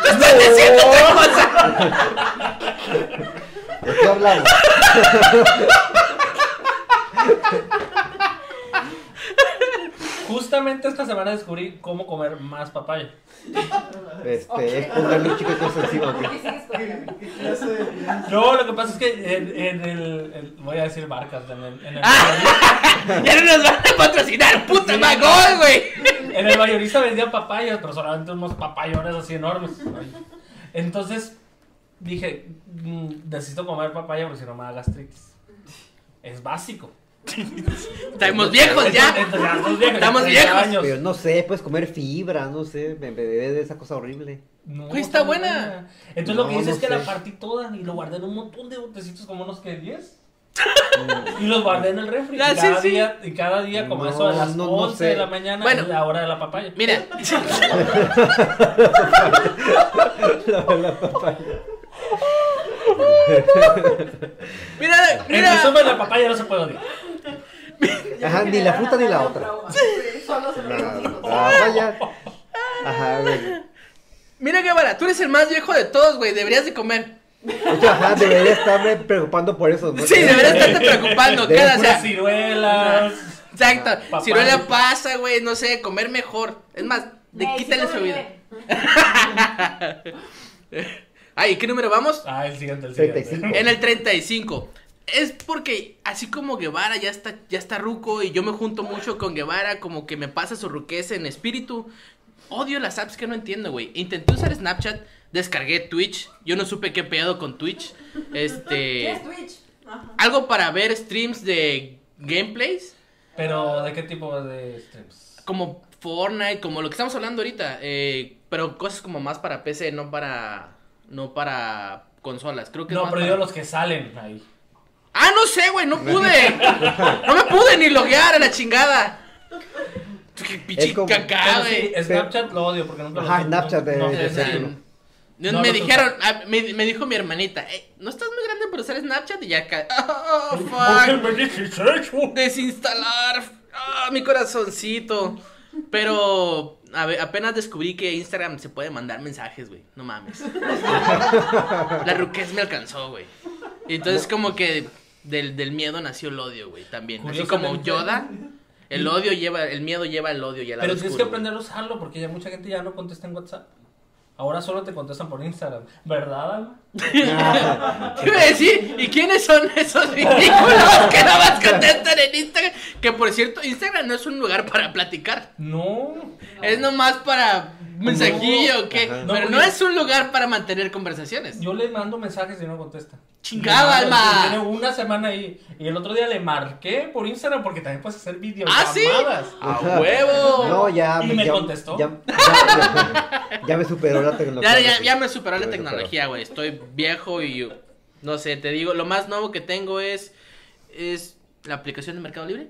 Speaker 4: (laughs) Te están diciendo otra cosa.
Speaker 6: ¿De
Speaker 4: (laughs)
Speaker 6: qué hablamos?
Speaker 5: Justamente esta semana descubrí cómo comer más papaya.
Speaker 6: Este, es ponerle un chico encima. ¿ok?
Speaker 5: No, lo que pasa es que en, en el, el- Voy a decir marcas. En el, en el,
Speaker 4: Ah, ya no nos van a patrocinar, puta
Speaker 5: Sí.
Speaker 4: magón, güey.
Speaker 5: En el mayorista vendían papayas, pero solamente unos papayones así enormes. Entonces dije, mm, necesito comer papaya porque si no me da gastritis. Es básico.
Speaker 4: Estamos viejos ya.
Speaker 5: Entonces, ya estamos viejos,
Speaker 4: Estamos
Speaker 5: 30
Speaker 4: viejos.
Speaker 5: años.
Speaker 6: Pero no sé, puedes comer fibra, no sé, me bebé de esa
Speaker 4: (laughs)
Speaker 6: cosa horrible.
Speaker 5: No,
Speaker 4: Güey, está buena.
Speaker 5: Entonces lo que
Speaker 6: No,
Speaker 5: hice
Speaker 6: no
Speaker 5: es que la
Speaker 6: sé.
Speaker 5: partí toda y lo guardé en un montón de botecitos como unos que 10. Y los guardé en el refri. Y
Speaker 4: Ah, sí,
Speaker 5: cada,
Speaker 4: sí.
Speaker 5: día, y cada día, como
Speaker 6: No,
Speaker 5: eso, a las
Speaker 6: no, no
Speaker 5: 11
Speaker 6: sé.
Speaker 5: de la mañana,
Speaker 4: Bueno.
Speaker 5: es la hora de la papaya. (laughs)
Speaker 4: Mira, mira,
Speaker 5: En
Speaker 4: mira.
Speaker 5: resumen, la papaya no se puede odiar.
Speaker 6: Ajá, ni la fruta ni la otra.
Speaker 8: Solo se
Speaker 6: La
Speaker 8: lo digo.
Speaker 6: papaya. Ah, Ajá, güey.
Speaker 4: Mira, Guevara, tú eres el más viejo de todos, güey. Deberías de comer.
Speaker 6: De hecho, ajá, debería estarme preocupando por eso, ¿no?
Speaker 4: Sí, deberías estarte preocupando.
Speaker 6: De
Speaker 4: Cada, o
Speaker 5: Puras
Speaker 4: sea,
Speaker 5: ciruelas.
Speaker 4: exacto.
Speaker 5: Papá.
Speaker 4: Ciruela pasa, güey, no sé, comer mejor. Es más, de
Speaker 8: Güey, sí
Speaker 4: quítale
Speaker 8: come
Speaker 4: su vida.
Speaker 8: bien.
Speaker 4: Ay, ¿qué número vamos?
Speaker 5: Ah, el siguiente, el siguiente.
Speaker 6: 35.
Speaker 4: En el 35. Es porque así como Guevara ya está, ya está ruco y yo me junto mucho con Guevara, como que me pasa su ruquez en espíritu. Odio las apps que no entiendo, güey. Intenté usar Snapchat, descargué Twitch. Yo no supe qué pedo con Twitch.
Speaker 8: (laughs) ¿Qué es
Speaker 4: Este.
Speaker 8: Twitch? Ajá.
Speaker 4: Algo para ver streams de gameplays.
Speaker 5: Pero, ¿de qué tipo de este, pues? streams?
Speaker 4: Como Fortnite, como lo que estamos hablando ahorita. eh, pero cosas como más para PC, no para. No para consolas. Creo que es
Speaker 5: No,
Speaker 4: más
Speaker 5: pero
Speaker 4: para-
Speaker 5: yo los que salen ahí.
Speaker 4: Ah, no sé, güey, no pude. No me pude ni loguear a la chingada. Qué Pinche
Speaker 6: Es como-
Speaker 4: caca,
Speaker 5: Pero
Speaker 4: güey.
Speaker 5: sí, eh, Snapchat lo odio porque nunca lo
Speaker 6: Ajá,
Speaker 5: uso.
Speaker 6: Snapchat,
Speaker 5: No, no,
Speaker 6: eh,
Speaker 5: es-
Speaker 6: exacto,
Speaker 5: sí.
Speaker 4: No,
Speaker 5: no
Speaker 4: me
Speaker 5: lo
Speaker 4: dijeron, ah, me, me dijo mi hermanita, "Eh, ¿no estás muy grande para usar Snapchat? Y ya acá, (laughs) oh,
Speaker 5: (laughs) Porque
Speaker 4: fuck,
Speaker 5: me dices eso.
Speaker 4: desinstalar, ah, mi corazoncito. Pero a ver, apenas descubrí que Instagram se puede mandar mensajes, güey, no mames. La ruquez me alcanzó, güey. Y entonces como que del, del miedo nació el odio, güey, también. Así como
Speaker 5: Curiosamente.
Speaker 4: Yoda, el odio lleva, el miedo lleva el odio y el
Speaker 5: Pero
Speaker 4: lado
Speaker 5: tienes que
Speaker 4: oscuro,
Speaker 5: aprender a usarlo porque ya mucha gente ya no contesta en WhatsApp. Ahora solo te contestan por Instagram. ¿Verdad, Alma?
Speaker 4: güey. ¿Qué iba a decir? ¿Y quiénes son esos ridículos que no más contestan en Instagram? Que por cierto, Instagram no es un lugar para platicar.
Speaker 5: No.
Speaker 4: Es nomás para mensajillo,
Speaker 5: No.
Speaker 4: que
Speaker 5: Ajá. No,
Speaker 4: Pero no
Speaker 5: porque-
Speaker 4: es un lugar para mantener conversaciones.
Speaker 5: Yo le mando mensajes y no contesta. Nada,
Speaker 4: Chingada, alma.
Speaker 5: Tiene una semana ahí. Y el otro día le marqué por Instagram porque también puedes hacer
Speaker 4: ¿Ah, sí?
Speaker 5: videollamadas. (laughs)
Speaker 4: ¡A huevo!
Speaker 6: No, ya.
Speaker 5: ¿Y me
Speaker 6: ya-
Speaker 5: contestó?
Speaker 6: Ya, ya- ya me superó la
Speaker 4: Ya,
Speaker 6: tecnología.
Speaker 4: ya, ya me superó la
Speaker 6: Ya me superó.
Speaker 4: tecnología, güey. Estoy viejo y yo- no sé, te digo, lo más nuevo que tengo es es la aplicación de Mercado Libre.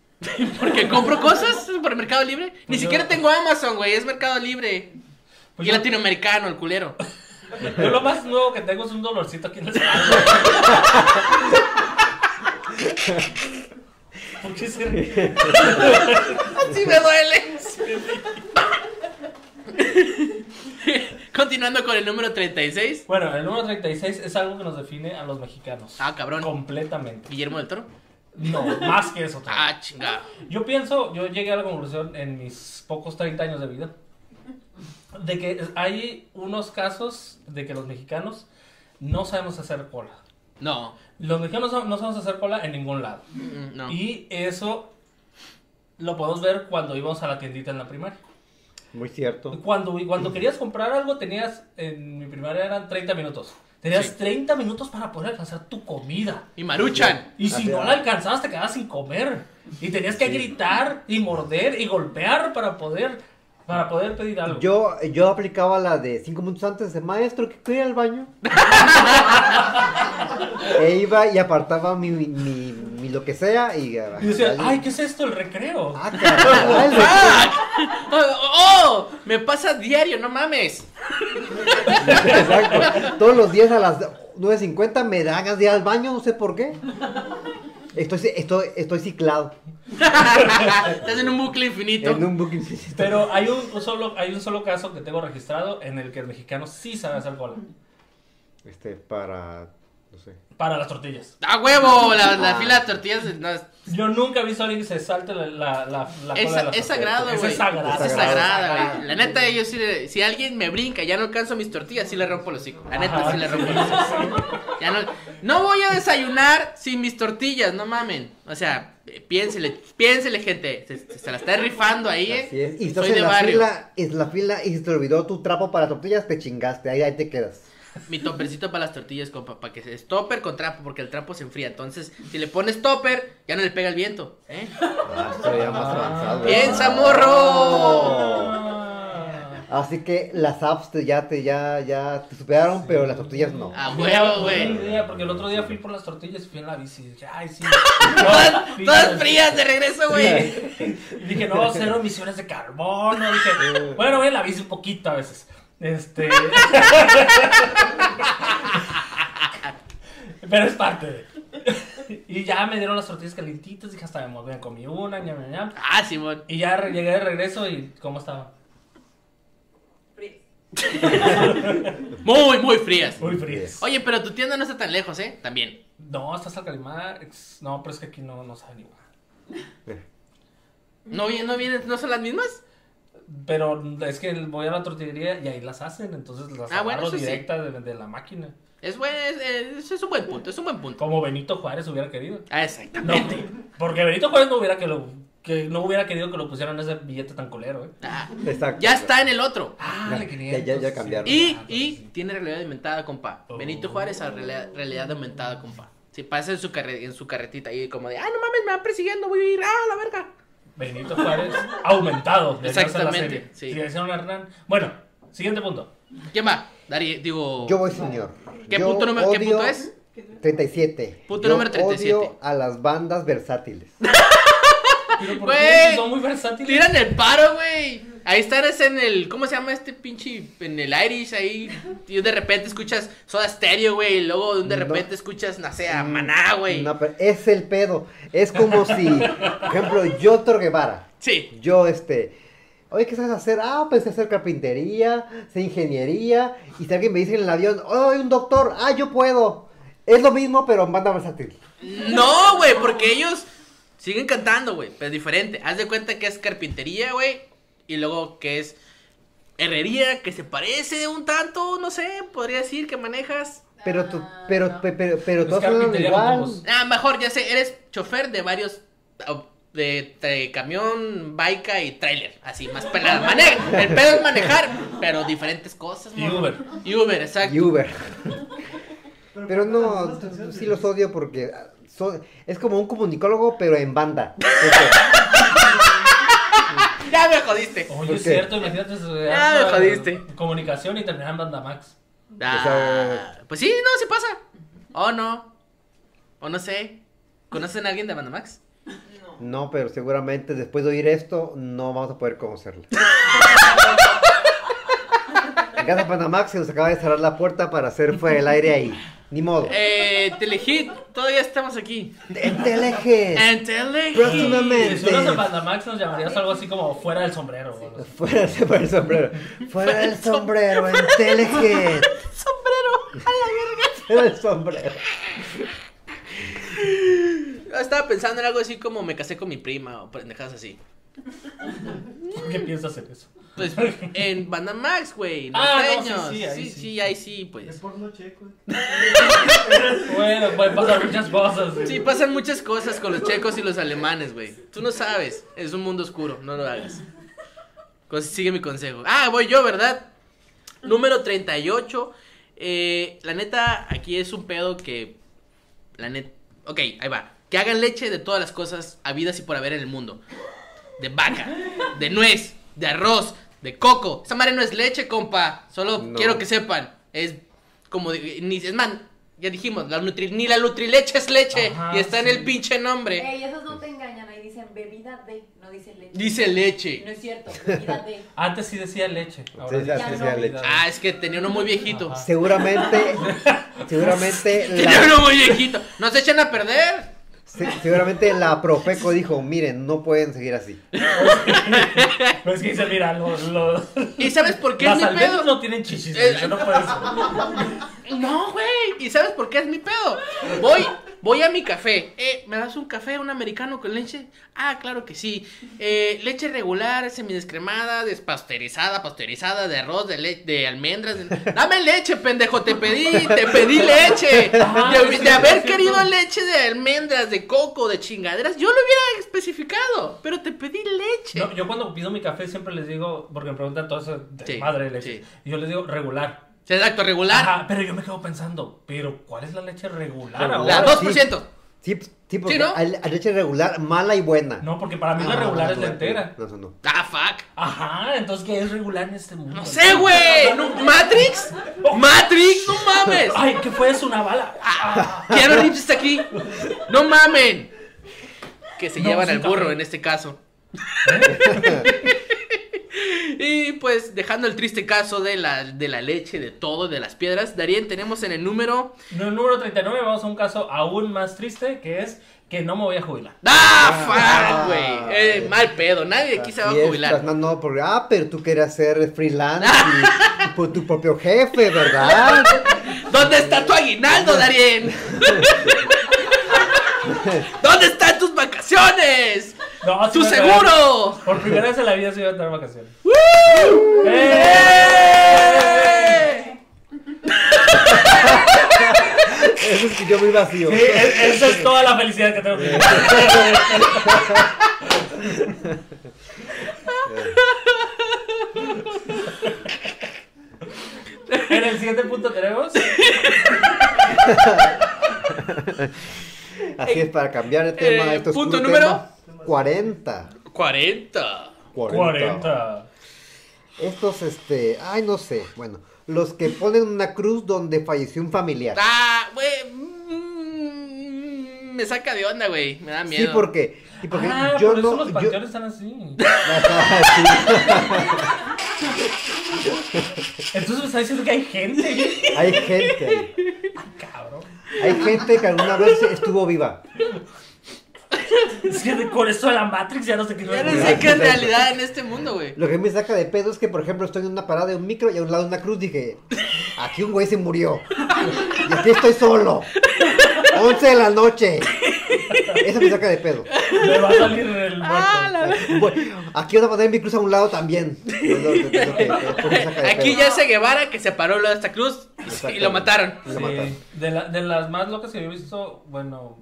Speaker 4: (laughs) Porque compro cosas por Mercado Libre. Ni
Speaker 5: Pues yo-
Speaker 4: siquiera tengo Amazon, güey, es Mercado Libre.
Speaker 5: Pues
Speaker 4: y
Speaker 5: yo-
Speaker 4: latinoamericano, el culero. (laughs)
Speaker 5: Yo lo más nuevo que tengo es un dolorcito aquí en la espalda. (laughs) ¿Por qué se ríe?
Speaker 4: Así me duele. Continuando con el número 36.
Speaker 5: Bueno, el número 36 es algo que nos define a los mexicanos.
Speaker 4: Ah, cabrón.
Speaker 5: Completamente.
Speaker 4: Guillermo del Toro.
Speaker 5: No, más que eso. todavía.
Speaker 4: Ah, chingada.
Speaker 5: Yo pienso, yo llegué a la conclusión en mis pocos 30 años de vida, de que hay unos casos de que los mexicanos no sabemos hacer cola.
Speaker 4: No.
Speaker 5: Los mexicanos no no sabemos hacer cola en ningún lado.
Speaker 4: Mm, No.
Speaker 5: Y eso lo podemos ver cuando íbamos a la tiendita en la primaria.
Speaker 6: Muy cierto.
Speaker 5: Cuando, cuando querías comprar algo, tenías, en mi primaria eran 30 minutos. Tenías
Speaker 4: Sí.
Speaker 5: 30 minutos para poder alcanzar tu comida.
Speaker 4: Y Maruchan.
Speaker 5: Y si
Speaker 6: Así
Speaker 5: no
Speaker 6: es.
Speaker 5: la alcanzabas, te quedabas sin comer. Y tenías que gritar y morder y golpear para poder, para poder pedir algo.
Speaker 6: Yo, yo aplicaba la de cinco minutos antes de maestro, que estoy
Speaker 4: (laughs)
Speaker 6: al baño. e iba y apartaba mi, mi, mi lo que sea y.
Speaker 5: y decías, ay, ¿qué es esto? El recreo.
Speaker 6: Ah, caray,
Speaker 4: ¡Oh! Me pasa diario, no
Speaker 6: (laughs)
Speaker 4: mames.
Speaker 6: Exacto. Todos los días a las 9.50 me dan ganas de ir al baño, no sé por qué. Estoy, estoy, estoy ciclado
Speaker 4: Estás en un bucle infinito.
Speaker 6: en un booking. system.
Speaker 5: Pero hay un, un solo, hay un solo caso que tengo registrado en el que el mexicano sí sabe hacer cola.
Speaker 6: Este, para. No sé.
Speaker 5: Para las tortillas.
Speaker 4: ¡A huevo! La, la
Speaker 6: Ah.
Speaker 4: fila de tortillas no, es,
Speaker 5: Yo nunca he visto a alguien que se salte la, la, la, la cola de
Speaker 4: es-
Speaker 5: las
Speaker 4: es
Speaker 5: tortillas.
Speaker 4: sagrado, güey.
Speaker 5: Eso es sagrado.
Speaker 4: Eso es
Speaker 6: sagrado.
Speaker 4: sagrado, güey. La neta, yo sí, le- si alguien me brinca, ya no alcanzo mis tortillas, sí le rompo los hocico. La neta,
Speaker 5: Ajá,
Speaker 4: sí le
Speaker 5: sí,
Speaker 4: rompo los hocico. Ya no, no voy a desayunar sin mis tortillas, no mamen. O sea, eh, piénsele, piénsele, gente. Se, se- se la está rifando ahí, ¿eh?
Speaker 6: Así es. Y estás
Speaker 4: Soy de
Speaker 6: en la
Speaker 4: barrio.
Speaker 6: fila, en la fila y se te olvidó tu trapo para tortillas, te chingaste. Ahí, ahí te quedas.
Speaker 4: Mi topercito para las tortillas, compa, para que se es topper con trapo, porque el trapo se enfría. Entonces, si le pones topper, ya no le pega el viento, ¿eh?
Speaker 6: Ah, esto ya más avanzado. ¿eh?
Speaker 4: ¡Piensa, morro!
Speaker 5: Ah.
Speaker 6: Así que las apps te- ya te ya, ya te superaron, pero las tortillas no.
Speaker 4: (laughs) ¡A
Speaker 5: Mira,
Speaker 4: huevo, güey!
Speaker 5: buena idea, porque el otro día fui por las tortillas y fui en la bici. y dije, ay, sí.
Speaker 4: Todas,
Speaker 5: Yo,
Speaker 4: todas frías de regreso, güey.
Speaker 5: Y (laughs) dije, no, cero emisiones de carbono. (laughs) Dije, bueno, voy en la bici un poquito a veces. Este. (laughs) Pero es parte de. (laughs) Y ya me dieron las tortillas calientitas. Dije, hasta me movían, comí una, ñam, ñam, ñam.
Speaker 4: Ah, Simón.
Speaker 5: Y ya re- llegué de regreso y, ¿cómo estaba?
Speaker 8: Frías.
Speaker 4: Muy, muy frías.
Speaker 5: Muy frías.
Speaker 4: Oye, pero tu tienda no está tan lejos, ¿eh? También.
Speaker 5: No, estás al calimar. ex- No, pero es que aquí no, no saben igual.
Speaker 4: ¿No, vi- no, vienen, ¿No son las mismas?
Speaker 5: Pero es que voy a la tortillería y ahí las hacen, entonces las
Speaker 4: Ah, bueno,
Speaker 5: agarro
Speaker 4: eso sí.
Speaker 5: directas de, de la máquina.
Speaker 4: Es, buen, es, es- es un buen punto, es un buen punto.
Speaker 5: Como Benito Juárez hubiera querido.
Speaker 4: Ah,
Speaker 5: No,
Speaker 4: exactamente.
Speaker 5: porque Benito Juárez no hubiera que lo que no hubiera querido que lo pusieran ese billete tan colero, ¿eh?
Speaker 4: Ah,
Speaker 6: Exacto.
Speaker 4: ya está en el otro.
Speaker 5: Ah,
Speaker 6: Ya, ya, ya, ya cambiaron.
Speaker 4: Y, y tiene realidad aumentada, compa.
Speaker 5: Oh.
Speaker 4: Benito Juárez a realidad, realidad aumentada, compa. Si pasa en su, carre- en su carretita ahí como de, ah, no mames, me van persiguiendo, voy a ir, ah, la verga.
Speaker 5: Benito Juárez aumentado. de Nelson
Speaker 4: Exactamente,
Speaker 5: Lacerda.
Speaker 4: sí.
Speaker 5: Dirección Hernán. Bueno, siguiente punto.
Speaker 4: ¿Quién va? Dari, digo...
Speaker 6: Yo voy, señor.
Speaker 4: ¿Qué,
Speaker 6: Yo
Speaker 4: punto número, ¿Qué
Speaker 6: odio-
Speaker 4: punto es?
Speaker 6: 37.
Speaker 4: Punto
Speaker 6: Yo
Speaker 4: número 37.
Speaker 6: Odio a las bandas versátiles.
Speaker 5: Pero ¿por
Speaker 4: Güey.
Speaker 5: qué? Si son muy versátiles.
Speaker 4: Tiran el paro, güey. Ahí estás en el. ¿Cómo se llama este pinche? En el Irish ahí. Y de repente escuchas Soda Stereo, güey. Y luego de
Speaker 6: No. Mm,
Speaker 4: repente escuchas, no sé, a Maná, güey.
Speaker 6: No, pero es el pedo. Es como si, por ejemplo, yo Guevara.
Speaker 4: Sí.
Speaker 6: Yo, este. Oye, ¿qué sabes hacer? Ah, pensé hacer carpintería, sé ingeniería. Y si alguien me dice en el avión, oh, hay un doctor, ah, yo puedo. Es lo mismo, pero en banda versátil.
Speaker 4: No, güey, porque ellos siguen cantando, güey. Pero diferente. Haz de cuenta que es carpintería, güey. Y luego que es herrería, que se parece un tanto, no sé, podría decir que manejas.
Speaker 6: Pero, tu,
Speaker 8: Ah,
Speaker 6: pero,
Speaker 8: no.
Speaker 6: pe- pero, pero
Speaker 5: Es
Speaker 6: todos suenan
Speaker 5: carpintería
Speaker 6: igual.
Speaker 5: autobús.
Speaker 4: Ah, mejor, ya sé, eres chofer de varios. au- De, de camión, baica y tráiler, así, más pelada. Maneja, el pedo es manejar, pero diferentes cosas.
Speaker 5: Y
Speaker 4: morro.
Speaker 5: Uber.
Speaker 4: Y Uber, exacto.
Speaker 6: Y
Speaker 8: (laughs)
Speaker 6: Uber. Pero no, sí los odio porque ah, son- es como un comunicólogo, pero en banda. (laughs) Porque-
Speaker 4: Ya me jodiste.
Speaker 5: Oye,
Speaker 6: ¿Por
Speaker 5: es
Speaker 6: qué?
Speaker 5: cierto, imagínate.
Speaker 4: Ya me
Speaker 5: ah,
Speaker 4: jodiste.
Speaker 5: Comunicación y terminar en Banda Max.
Speaker 4: Ah, pues sí, no, se pasa. O no. O no sé. ¿Conocen a alguien de Banda Max?
Speaker 6: No, pero seguramente después de oír esto, no vamos a poder conocerla.
Speaker 4: (laughs)
Speaker 6: En casa Panamá se nos acaba de cerrar la puerta para hacer fuera el aire ahí. Ni modo.
Speaker 4: Eh, Telehit, todavía estamos aquí.
Speaker 6: En Teleje.
Speaker 4: En Telehit.
Speaker 6: Próximamente.
Speaker 5: Si fueras a Banda Max, nos llamarías algo así como fuera del sombrero. o algo así.
Speaker 6: Fuera, se fue el sombrero. Fuera el sombrero, en Teleje.
Speaker 4: Sombrero.
Speaker 6: Fuera el sombrero.
Speaker 4: Yo Estaba pensando en algo así como me casé con mi prima o pendejadas así.
Speaker 5: ¿Por qué piensas en eso?
Speaker 4: Pues en Banda Max, güey.
Speaker 5: Ah, no,
Speaker 4: norteños.
Speaker 5: sí, sí, ahí
Speaker 4: sí,
Speaker 5: sí.
Speaker 4: sí, ahí sí, pues.
Speaker 5: Bueno, pueden pasar muchas cosas. güey.
Speaker 4: Sí, pasan muchas cosas con los checos y los alemanes, güey. Tú no sabes. Es un mundo oscuro. No lo hagas. Con- Sigue mi consejo. Ah, voy yo, ¿verdad? Número 38. Eh, la neta, aquí es un pedo que. La neta. Ok, ahí va. Que hagan leche de todas las cosas habidas y por haber en el mundo: de vaca, de nuez, de arroz, de coco. Esa madre no es leche, compa. Solo
Speaker 6: No.
Speaker 4: quiero que sepan. Es como. de- ni, es más, ya dijimos: la nutri- ni la nutrileche es leche.
Speaker 5: Ajá,
Speaker 4: y está en
Speaker 5: sí.
Speaker 4: el pinche nombre.
Speaker 8: Ey, esos no te engañan, ahí dicen bebida de, no dicen leche.
Speaker 4: Dice leche.
Speaker 8: No es cierto, bebida de.
Speaker 5: Antes sí decía leche. Ahora
Speaker 6: Sí, ya
Speaker 5: dice
Speaker 8: sí decía
Speaker 5: bebida.
Speaker 4: Ah, es que tenía uno muy viejito.
Speaker 5: Ajá.
Speaker 6: Seguramente, seguramente
Speaker 4: (laughs) Tenía
Speaker 6: la,
Speaker 4: uno muy viejito. ¡Nos echan a perder!
Speaker 6: se- seguramente la Profeco dijo, miren, no pueden seguir así.
Speaker 5: Pero es que dice, mira, los, los,
Speaker 4: ¿Y sabes por qué
Speaker 5: las
Speaker 4: es mi
Speaker 5: albergas
Speaker 4: pedo?
Speaker 5: no tienen chichis.
Speaker 4: Eh,
Speaker 5: güey, Yo no puedo eso.
Speaker 4: No, güey. ¿Y sabes por qué es mi pedo? Voy, voy a mi café. Eh, ¿me das un café, un americano con leche? Ah, claro que sí. Eh, leche regular, semidescremada, despasteurizada, pasteurizada, de arroz, de, le- de
Speaker 5: (laughs)
Speaker 4: almendras. de- Dame leche, pendejo, te pedí, te pedí leche.
Speaker 5: Ah,
Speaker 4: De,
Speaker 5: sí,
Speaker 4: de haber
Speaker 5: sí,
Speaker 4: querido
Speaker 5: sí.
Speaker 4: leche de almendras, de coco, de chingaderas, yo lo hubiera especificado, pero te pedí leche.
Speaker 5: No, yo cuando pido mi café siempre les digo, porque me preguntan todo eso de
Speaker 4: Sí,
Speaker 5: madre de leche.
Speaker 4: sí.
Speaker 5: Y yo les digo, regular.
Speaker 4: Exacto, regular.
Speaker 5: Ajá, pero yo me quedo pensando, pero ¿cuál es la leche regular ahora?
Speaker 4: La
Speaker 6: Ahora
Speaker 4: 2%.
Speaker 6: Sí, p- sí, porque
Speaker 4: Sí, ¿no?
Speaker 6: a, a leche regular, mala y buena.
Speaker 5: No, porque para mí
Speaker 6: No,
Speaker 5: la
Speaker 6: no,
Speaker 5: regular
Speaker 6: Ah, no,
Speaker 5: es la
Speaker 6: no,
Speaker 5: entera.
Speaker 6: No, no, no.
Speaker 4: Ah, fuck.
Speaker 5: Ajá, entonces ¿qué es regular en este mundo?
Speaker 4: No sé, güey. No- ¿Matrix? ¿Matrix? ¡No mames!
Speaker 5: Ay, ¿qué fue eso? Una bala.
Speaker 4: (laughs) Ah, Keanu Reeves está aquí. ¡No mamen! Que se
Speaker 5: No,
Speaker 4: llevan
Speaker 5: sí,
Speaker 4: al burro
Speaker 5: café.
Speaker 4: en este caso.
Speaker 5: ¿Eh?
Speaker 4: (laughs) y pues, dejando el triste caso de la, de la leche, de todo, de las piedras, Darien, tenemos en el número.
Speaker 5: En el número 39 vamos a un caso aún más triste, que es que no me voy a jubilar.
Speaker 4: ¡Ah,
Speaker 6: Ah.
Speaker 4: fuck, güey! Eh, mal pedo. Nadie aquí se va a
Speaker 6: Fiestas,
Speaker 4: jubilar.
Speaker 6: No, no, porque, ah, pero tú querías ser freelance y, y Por tu propio jefe, ¿verdad?
Speaker 4: ¿Dónde está tu aguinaldo, Darien? (laughs) ¿Dónde están tus vacaciones?
Speaker 5: No, Ah, sí
Speaker 4: ¡Tu
Speaker 5: me regalaron.
Speaker 4: seguro!
Speaker 5: Por primera vez en la vida sí iba a tener vacaciones.
Speaker 4: ¡Eh!
Speaker 6: Eso es que yo muy vacío.
Speaker 5: Sí, e- esa es toda la felicidad que tengo. que
Speaker 4: (laughs)
Speaker 5: vivir. En el siguiente punto tenemos.
Speaker 6: Así es, para cambiar el tema.
Speaker 4: eh,
Speaker 6: esto es
Speaker 4: punto
Speaker 6: puro
Speaker 4: número-
Speaker 6: tema. 40.
Speaker 4: 40.
Speaker 5: 40.
Speaker 6: Estos, este, ay, no sé. Bueno, los que ponen una cruz donde falleció un familiar.
Speaker 4: Ah, güey. mm, Me saca de onda, güey. Me da miedo.
Speaker 6: Sí, porque, sí, porque
Speaker 5: Ah,
Speaker 6: yo
Speaker 5: por eso
Speaker 6: no.
Speaker 5: los
Speaker 6: yo- (laughs)
Speaker 5: panteones están así. Entonces me está diciendo que hay gente.
Speaker 6: hay gente, ahí.
Speaker 5: Cabrón.
Speaker 6: hay gente que alguna vez estuvo viva.
Speaker 5: Es que de- con esto de la Matrix ya no sé qué
Speaker 4: Ya no sé qué es realidad en este mundo, güey.
Speaker 6: Lo que me saca de pedo es que, por ejemplo, estoy en una parada de un micro y a un lado una cruz dije, aquí un güey se murió. Y aquí estoy solo. 11 de la noche. Eso me saca de pedo.
Speaker 5: Me va a salir el
Speaker 4: Ah,
Speaker 5: muerto.
Speaker 6: Voy- Aquí voy a poner mi cruz a un lado también. Es lo- es lo que- es lo que me saca de
Speaker 4: Aquí
Speaker 6: pedo.
Speaker 4: ya se Guevara que se paró al lado de esta cruz y lo mataron.
Speaker 6: Lo mataron.
Speaker 5: Sí, de, la- de las más locas que yo he visto, bueno,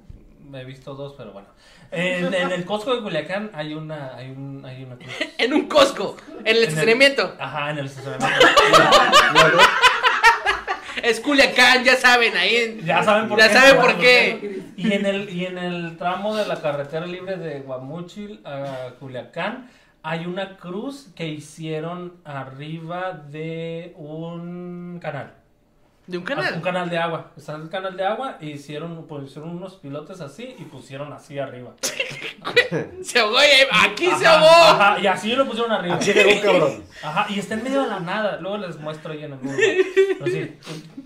Speaker 5: me he visto dos, pero bueno. En, en el Costco de Culiacán hay una, hay un, hay una cruz.
Speaker 4: En un Costco, en el estacionamiento.
Speaker 5: Ajá, en el estacionamiento.
Speaker 4: Es Culiacán, ya saben, ahí. en-
Speaker 5: Ya saben por
Speaker 4: Ya
Speaker 5: qué.
Speaker 4: saben por qué.
Speaker 5: Y en el, y en el tramo de la carretera libre de Guamuchil a Culiacán hay una cruz que hicieron arriba de un canal.
Speaker 4: De un
Speaker 5: Un
Speaker 4: canal.
Speaker 5: canal de agua. Está el canal de agua y hicieron, pusieron unos pilotes así y pusieron así arriba.
Speaker 4: Se ahogó y- aquí se
Speaker 5: Ajá,
Speaker 4: ahogó.
Speaker 5: ajá, y así lo pusieron arriba.
Speaker 6: Aquí llegó un cabrón.
Speaker 5: Ajá, y está en medio de la nada. Luego les muestro ahí en el mundo. Así.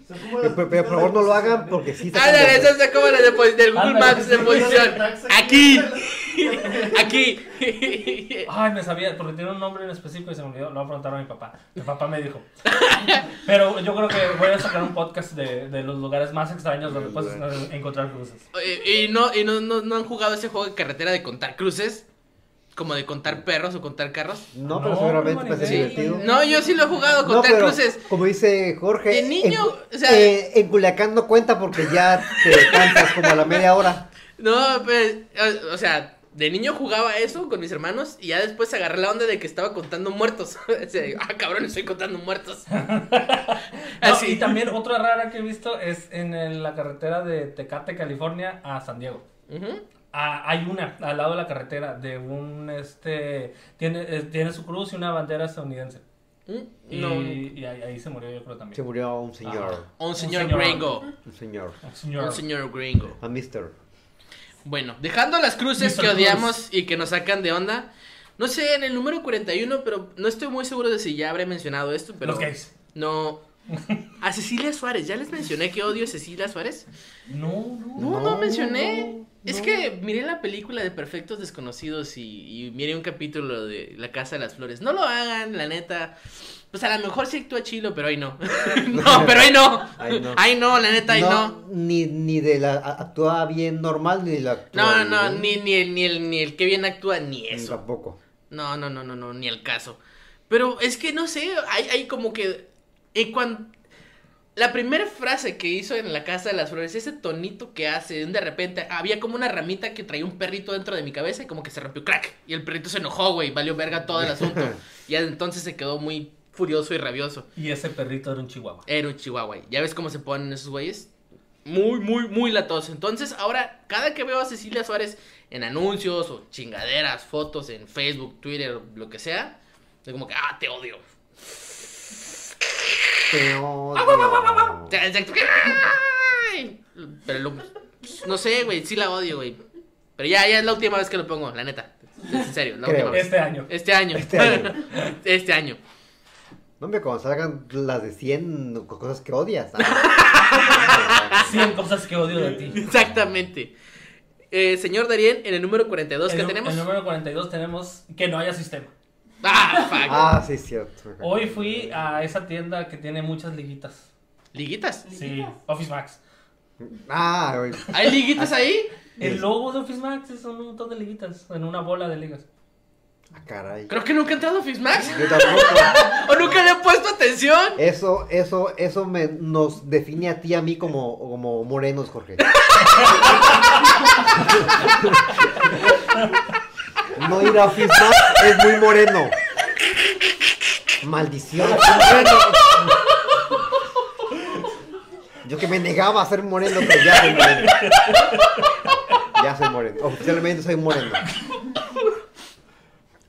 Speaker 6: Pero, pero, pero, por favor no lo hagan porque sí sacan de
Speaker 4: Ándale,
Speaker 6: pedo.
Speaker 4: Ah, eso es como la de, pues, del Google
Speaker 5: Ándale,
Speaker 4: Maps
Speaker 5: (laughs)
Speaker 4: de
Speaker 5: sí,
Speaker 4: posición. Aquí.
Speaker 5: (laughs)
Speaker 4: Aquí.
Speaker 5: Ay, me sabía, porque tiene un nombre en específico y se me olvidó. Lo voy a preguntar a mi papá. Mi papá me dijo. Pero yo creo que voy a sacar un podcast de, de los lugares más extraños donde puedes encontrar cruces.
Speaker 4: Eh, Y, y no, y no, no, no han jugado ese juego de carretera de contar cruces. Como de contar perros o contar carros.
Speaker 6: No, pero
Speaker 5: No,
Speaker 6: seguramente
Speaker 5: no,
Speaker 6: puede ser
Speaker 5: ni idea.
Speaker 6: divertido.
Speaker 4: No, yo sí lo he jugado,
Speaker 6: No,
Speaker 4: contar
Speaker 6: pero,
Speaker 4: cruces.
Speaker 6: Como dice Jorge.
Speaker 4: De niño,
Speaker 6: en,
Speaker 4: o sea-
Speaker 6: eh, en Culiacán no cuenta porque ya te cansas como a la media hora.
Speaker 4: No, pues, o- o sea, de niño jugaba eso con mis hermanos y ya después agarré la onda de que estaba contando muertos. (laughs) O sea, digo, ah, cabrón, estoy
Speaker 5: (laughs)
Speaker 4: contando muertos.
Speaker 5: No,
Speaker 4: Así.
Speaker 5: y también otra rara que he visto es en el- la carretera de Tecate, California a San Diego.
Speaker 4: Ujú.
Speaker 5: Ah, hay una al lado de la carretera de un este tiene, eh, tiene su cruz y una bandera estadounidense.
Speaker 4: Mm,
Speaker 5: Y,
Speaker 4: No.
Speaker 5: y ahí, ahí se murió yo creo también.
Speaker 6: Se murió
Speaker 5: Ah.
Speaker 6: un señor.
Speaker 5: Ajá.
Speaker 4: Un señor
Speaker 5: señor.
Speaker 4: gringo.
Speaker 6: Un señor.
Speaker 5: Señor.
Speaker 4: Un señor gringo.
Speaker 6: A mister.
Speaker 4: Bueno, dejando las cruces
Speaker 5: Mr.
Speaker 4: que
Speaker 5: Cruz.
Speaker 4: odiamos y que nos sacan de onda. No sé, en el número 41, pero no estoy muy seguro de si ya habré mencionado esto, pero.
Speaker 5: Los gays.
Speaker 4: No. A Cecilia Suárez, ¿ya les mencioné que odio a Cecilia Suárez?
Speaker 5: No, no.
Speaker 4: No, no,
Speaker 6: No,
Speaker 4: mencioné.
Speaker 6: no,
Speaker 4: Es que miré la película de Perfectos Desconocidos y, y miré un capítulo de La Casa de las Flores. No lo hagan, la neta. Pues a lo mejor sí actúa chilo, pero ahí no. (laughs) no, pero ahí no.
Speaker 6: Ahí no.
Speaker 4: Ahí no, la neta, ahí no.
Speaker 6: Ni, ni de la. a- Actúa bien normal ni de la.
Speaker 4: No,
Speaker 6: actúa
Speaker 4: no, ni,
Speaker 6: bien,
Speaker 4: ni, el, ni, el, ni el que bien actúa, ni
Speaker 6: ni
Speaker 4: eso.
Speaker 6: Tampoco.
Speaker 4: No, no, no, no, no, ni el caso. Pero es que no sé, hay, hay como que. eh, cuan- La primera frase que hizo en la Casa de las Flores, ese tonito que hace, de repente había como una ramita que traía un perrito dentro de mi cabeza y como que se rompió, crack. Y el perrito se enojó, güey, valió verga todo el asunto. y entonces se quedó muy furioso y rabioso.
Speaker 5: Y ese perrito era un chihuahua.
Speaker 4: Era un chihuahua. y ¿Ya ves cómo se ponen esos güeyes? Muy, muy, muy latosos. Entonces, ahora, cada que veo a Cecilia Suárez en anuncios o chingaderas, fotos en Facebook, Twitter, lo que sea, es como que, ah, te odio.
Speaker 6: Te odio.
Speaker 4: Ah, O sea, es de- ¡Ay! Pero lo- pues, no sé, güey, sí la odio, güey. Pero ya, ya es la última vez que lo pongo, la neta. Es en serio, la
Speaker 6: Creo.
Speaker 4: última vez.
Speaker 5: Este año.
Speaker 4: Este año.
Speaker 6: Este año.
Speaker 4: (laughs) Este año.
Speaker 6: No me cuando salgan las de 100 co- cosas que
Speaker 4: (laughs)
Speaker 6: odias. ¿sabes?
Speaker 5: 100 cosas que odio de ti.
Speaker 4: Exactamente. Eh, señor Darien, en el número 42
Speaker 5: El
Speaker 4: que
Speaker 5: nu-
Speaker 4: tenemos.
Speaker 5: El número 42 tenemos que no haya sistema.
Speaker 4: Ah, fuck.
Speaker 6: Ah, sí, es cierto.
Speaker 5: Hoy fui a esa tienda que tiene muchas liguitas.
Speaker 4: ¿Liguitas?
Speaker 5: Sí, Office Max.
Speaker 6: Ah, hoy.
Speaker 4: ¿Hay liguitas ahí?
Speaker 5: El logo de Office Max es un montón de liguitas en una bola de ligas.
Speaker 6: Ah, caray.
Speaker 4: Creo que nunca he entrado a Fismax. (laughs)
Speaker 6: Yo tampoco.
Speaker 4: ¿O nunca le he puesto atención?
Speaker 6: Eso, eso, eso me, nos define a ti y a mí como, como morenos, Jorge. No ir a Office Max es muy moreno. Maldición, soy moreno. Yo que me negaba a ser moreno, pero ya soy moreno. Ya soy moreno. Oficialmente soy moreno.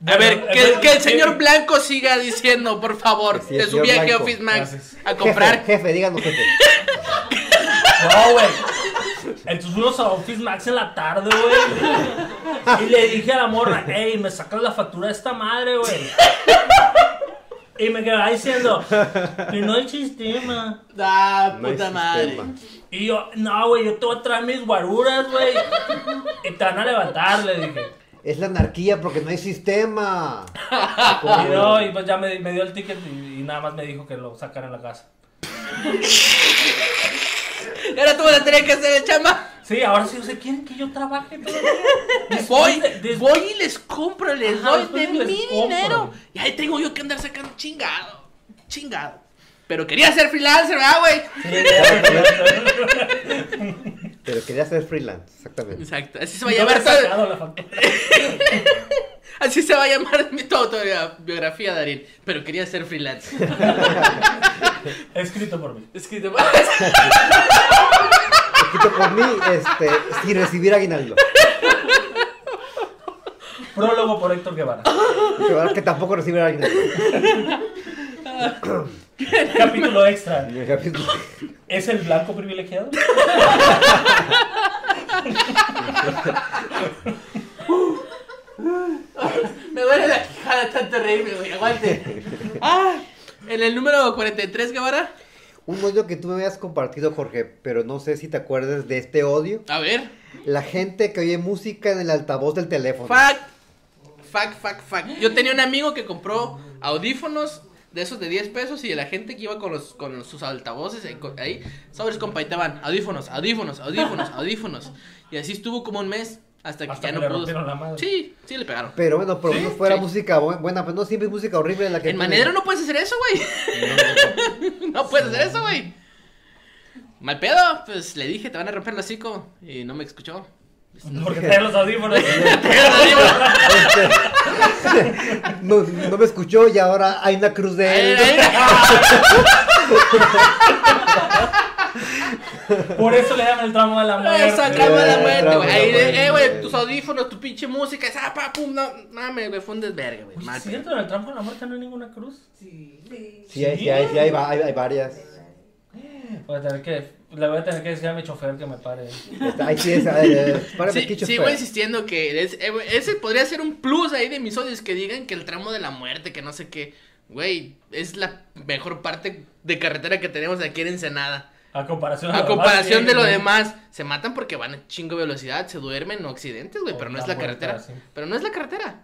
Speaker 4: A ver, que, que
Speaker 5: eh,
Speaker 4: el señor
Speaker 5: Blanco
Speaker 4: Blanco siga diciendo, por favor,
Speaker 6: Sí, el
Speaker 4: de su
Speaker 6: señor
Speaker 4: viaje a
Speaker 6: Blanco. Ah,
Speaker 4: Office Max
Speaker 5: Gracias.
Speaker 4: a comprar.
Speaker 6: Jefe, jefe, díganos, jefe.
Speaker 5: No, güey. Entonces fuimos a Office Max en la tarde, güey. Y le dije a la morra, hey, me sacas la factura de esta madre, güey. Y me quedaba diciendo, que no hay sistema.
Speaker 4: Ah,
Speaker 6: No hay
Speaker 4: puta
Speaker 6: sistema.
Speaker 4: madre.
Speaker 5: Y yo, no, güey, yo te voy a traer mis guaruras, güey. Y te van a levantar, le dije.
Speaker 6: Es la anarquía porque no hay
Speaker 4: (laughs)
Speaker 6: sistema.
Speaker 5: Y no, y pues ya me, me dio el ticket y, y nada más me dijo que lo sacara en la casa.
Speaker 4: Y Ahora tú la tienes que hacer, chama.
Speaker 5: Sí, ahora sí, o sea, quieren que yo trabaje todavía. Después
Speaker 4: Voy,
Speaker 5: de- des-
Speaker 4: (laughs) voy y les compro, les
Speaker 5: Ajá,
Speaker 4: doy
Speaker 5: después
Speaker 4: de
Speaker 5: les
Speaker 4: mi
Speaker 5: compro.
Speaker 4: dinero. Y ahí tengo yo que andar sacando chingado. Chingado. Pero quería ser freelancer, ¿verdad, güey?
Speaker 6: Pero quería ser freelance, exactamente.
Speaker 4: Exacto. Así se
Speaker 5: No
Speaker 4: va a
Speaker 5: me
Speaker 4: llamar
Speaker 5: he
Speaker 4: todo-
Speaker 5: sacado la factura.
Speaker 4: Así se va a llamar (laughs) mi tu autobiografía, Darín. Pero quería ser freelance.
Speaker 5: Escrito por mí.
Speaker 4: Escrito.
Speaker 6: Escrito por mí, este, sin recibir aguinaldo.
Speaker 5: (laughs) Prólogo por Héctor Guevara.
Speaker 6: Que verdad que tampoco recibe aguinaldo.
Speaker 5: Capítulo extra.
Speaker 6: En el capítulo.
Speaker 5: ¿Es el blanco privilegiado?
Speaker 4: Me duele la quijada tan terrible, güey. Aguante. Ah, en el número 43, Guevara.
Speaker 6: Un odio que tú me habías compartido, Jorge, pero no sé si te acuerdas de este odio.
Speaker 4: A ver.
Speaker 6: La gente que oye música en el altavoz del teléfono.
Speaker 4: Fact. Fact, fact, fact. Yo tenía un amigo que compró audífonos de esos de 10 pesos y la gente que iba con, los, con los- sus altavoces ahí, co- ahí, sobres compa, y te van audífonos, audífonos, audífonos, audífonos. Y así estuvo como un mes hasta que
Speaker 5: Hasta
Speaker 4: ya
Speaker 5: que
Speaker 4: no
Speaker 5: le
Speaker 4: pudo.
Speaker 5: rompieron la madre.
Speaker 4: Sí, sí le pegaron.
Speaker 6: Pero bueno, por lo
Speaker 4: Sí,
Speaker 6: menos fuera
Speaker 4: sí.
Speaker 6: música bu- buena, pero no siempre es música horrible la que.
Speaker 4: En
Speaker 6: ponen. (laughs)
Speaker 4: Manedero no puedes hacer eso, (laughs) güey. No puedes hacer eso, güey. Mal pedo, pues le dije, te van a romper el hocico. Y no me escuchó.
Speaker 5: Porque trae los audífonos.
Speaker 6: Este, (laughs) No, no me escuchó y ahora hay una cruz de él.
Speaker 5: Por eso le dan el tramo de la muerte.
Speaker 4: Esa cama de
Speaker 6: Eh,
Speaker 4: muerte, güey.
Speaker 6: trama
Speaker 4: Ahí,
Speaker 6: de
Speaker 4: de,
Speaker 6: muerte.
Speaker 4: eh, güey, tus audífonos, tu pinche música, esa, pa, pum, no, mames, güey, fue un desvergue, güey.
Speaker 5: Oye,
Speaker 4: Mal
Speaker 5: ¿Es cierto? En el tramo de la muerte no hay ninguna cruz.
Speaker 8: Sí.
Speaker 6: Sí, hay, sí, hay, sí, hay, va- hay- hay varias.
Speaker 5: Voy a tener que... Le voy a tener que decir a mi chofer que me pare.
Speaker 6: Está- Ahí sí es. eh, eh,
Speaker 4: pedo.
Speaker 6: párame
Speaker 4: Sí,
Speaker 6: aquí,
Speaker 4: sí,
Speaker 6: chofer.
Speaker 4: güey, insistiendo que es- eh, güey, ese podría ser un plus ahí de mis odios que digan que el tramo de la muerte, que no sé qué, güey, es la mejor parte de carretera que tenemos aquí en Ensenada.
Speaker 5: A (laughs) comparación, de
Speaker 4: A
Speaker 5: lo
Speaker 4: comparación
Speaker 5: demás,
Speaker 4: de lo
Speaker 5: sí,
Speaker 4: demás, se matan porque van a chingo de velocidad, se duermen o accidentes, güey,
Speaker 5: O
Speaker 4: pero no
Speaker 5: la
Speaker 4: es la
Speaker 5: muerte,
Speaker 4: carretera.
Speaker 5: sí.
Speaker 4: Pero no es la carretera.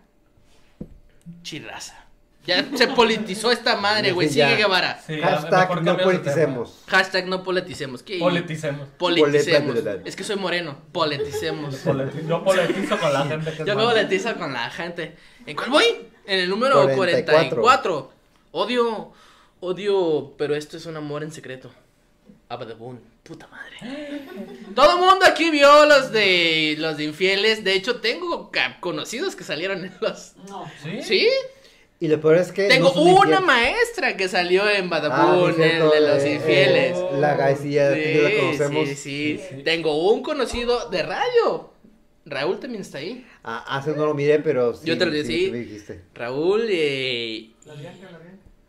Speaker 4: Chirraza. Ya se politizó esta madre, güey.
Speaker 6: Sí,
Speaker 4: Sigue
Speaker 6: ya.
Speaker 4: Guevara.
Speaker 5: Sí, ya, mejor
Speaker 6: Hashtag no
Speaker 5: cambiamos de tema.
Speaker 6: politicemos.
Speaker 4: Hashtag no politicemos. ¿Qué?
Speaker 5: Politicemos.
Speaker 4: Politicemos.
Speaker 6: Poleta-
Speaker 4: Es que soy moreno. Politicemos.
Speaker 5: (laughs) Politi- Yo politizo con la gente que es
Speaker 4: Yo me
Speaker 5: mala.
Speaker 4: politizo con la gente. ¿En cuál voy? En el número 44.
Speaker 6: 44.
Speaker 4: Odio, odio, pero esto es un amor en secreto. Abadabun, puta madre. Todo el mundo aquí vio los de los de infieles. De hecho, tengo ca- conocidos que salieron en los.
Speaker 5: ¿Sí?
Speaker 4: ¿Sí?
Speaker 6: Y lo peor es que.
Speaker 4: Tengo
Speaker 6: no son
Speaker 4: una
Speaker 6: infieles.
Speaker 4: maestra que salió en
Speaker 6: Ah, sí,
Speaker 4: Badabun, en
Speaker 6: cierto,
Speaker 4: el de los
Speaker 6: eh,
Speaker 4: infieles.
Speaker 6: eh, la García, que la conocemos.
Speaker 4: Sí, sí,
Speaker 5: Sí, sí.
Speaker 4: Tengo un conocido de radio. Raúl también está ahí.
Speaker 6: Ah, hace no lo miré, pero sí.
Speaker 4: Yo te lo
Speaker 6: sí,
Speaker 4: decí.
Speaker 6: tú me dijiste.
Speaker 4: Raúl eh...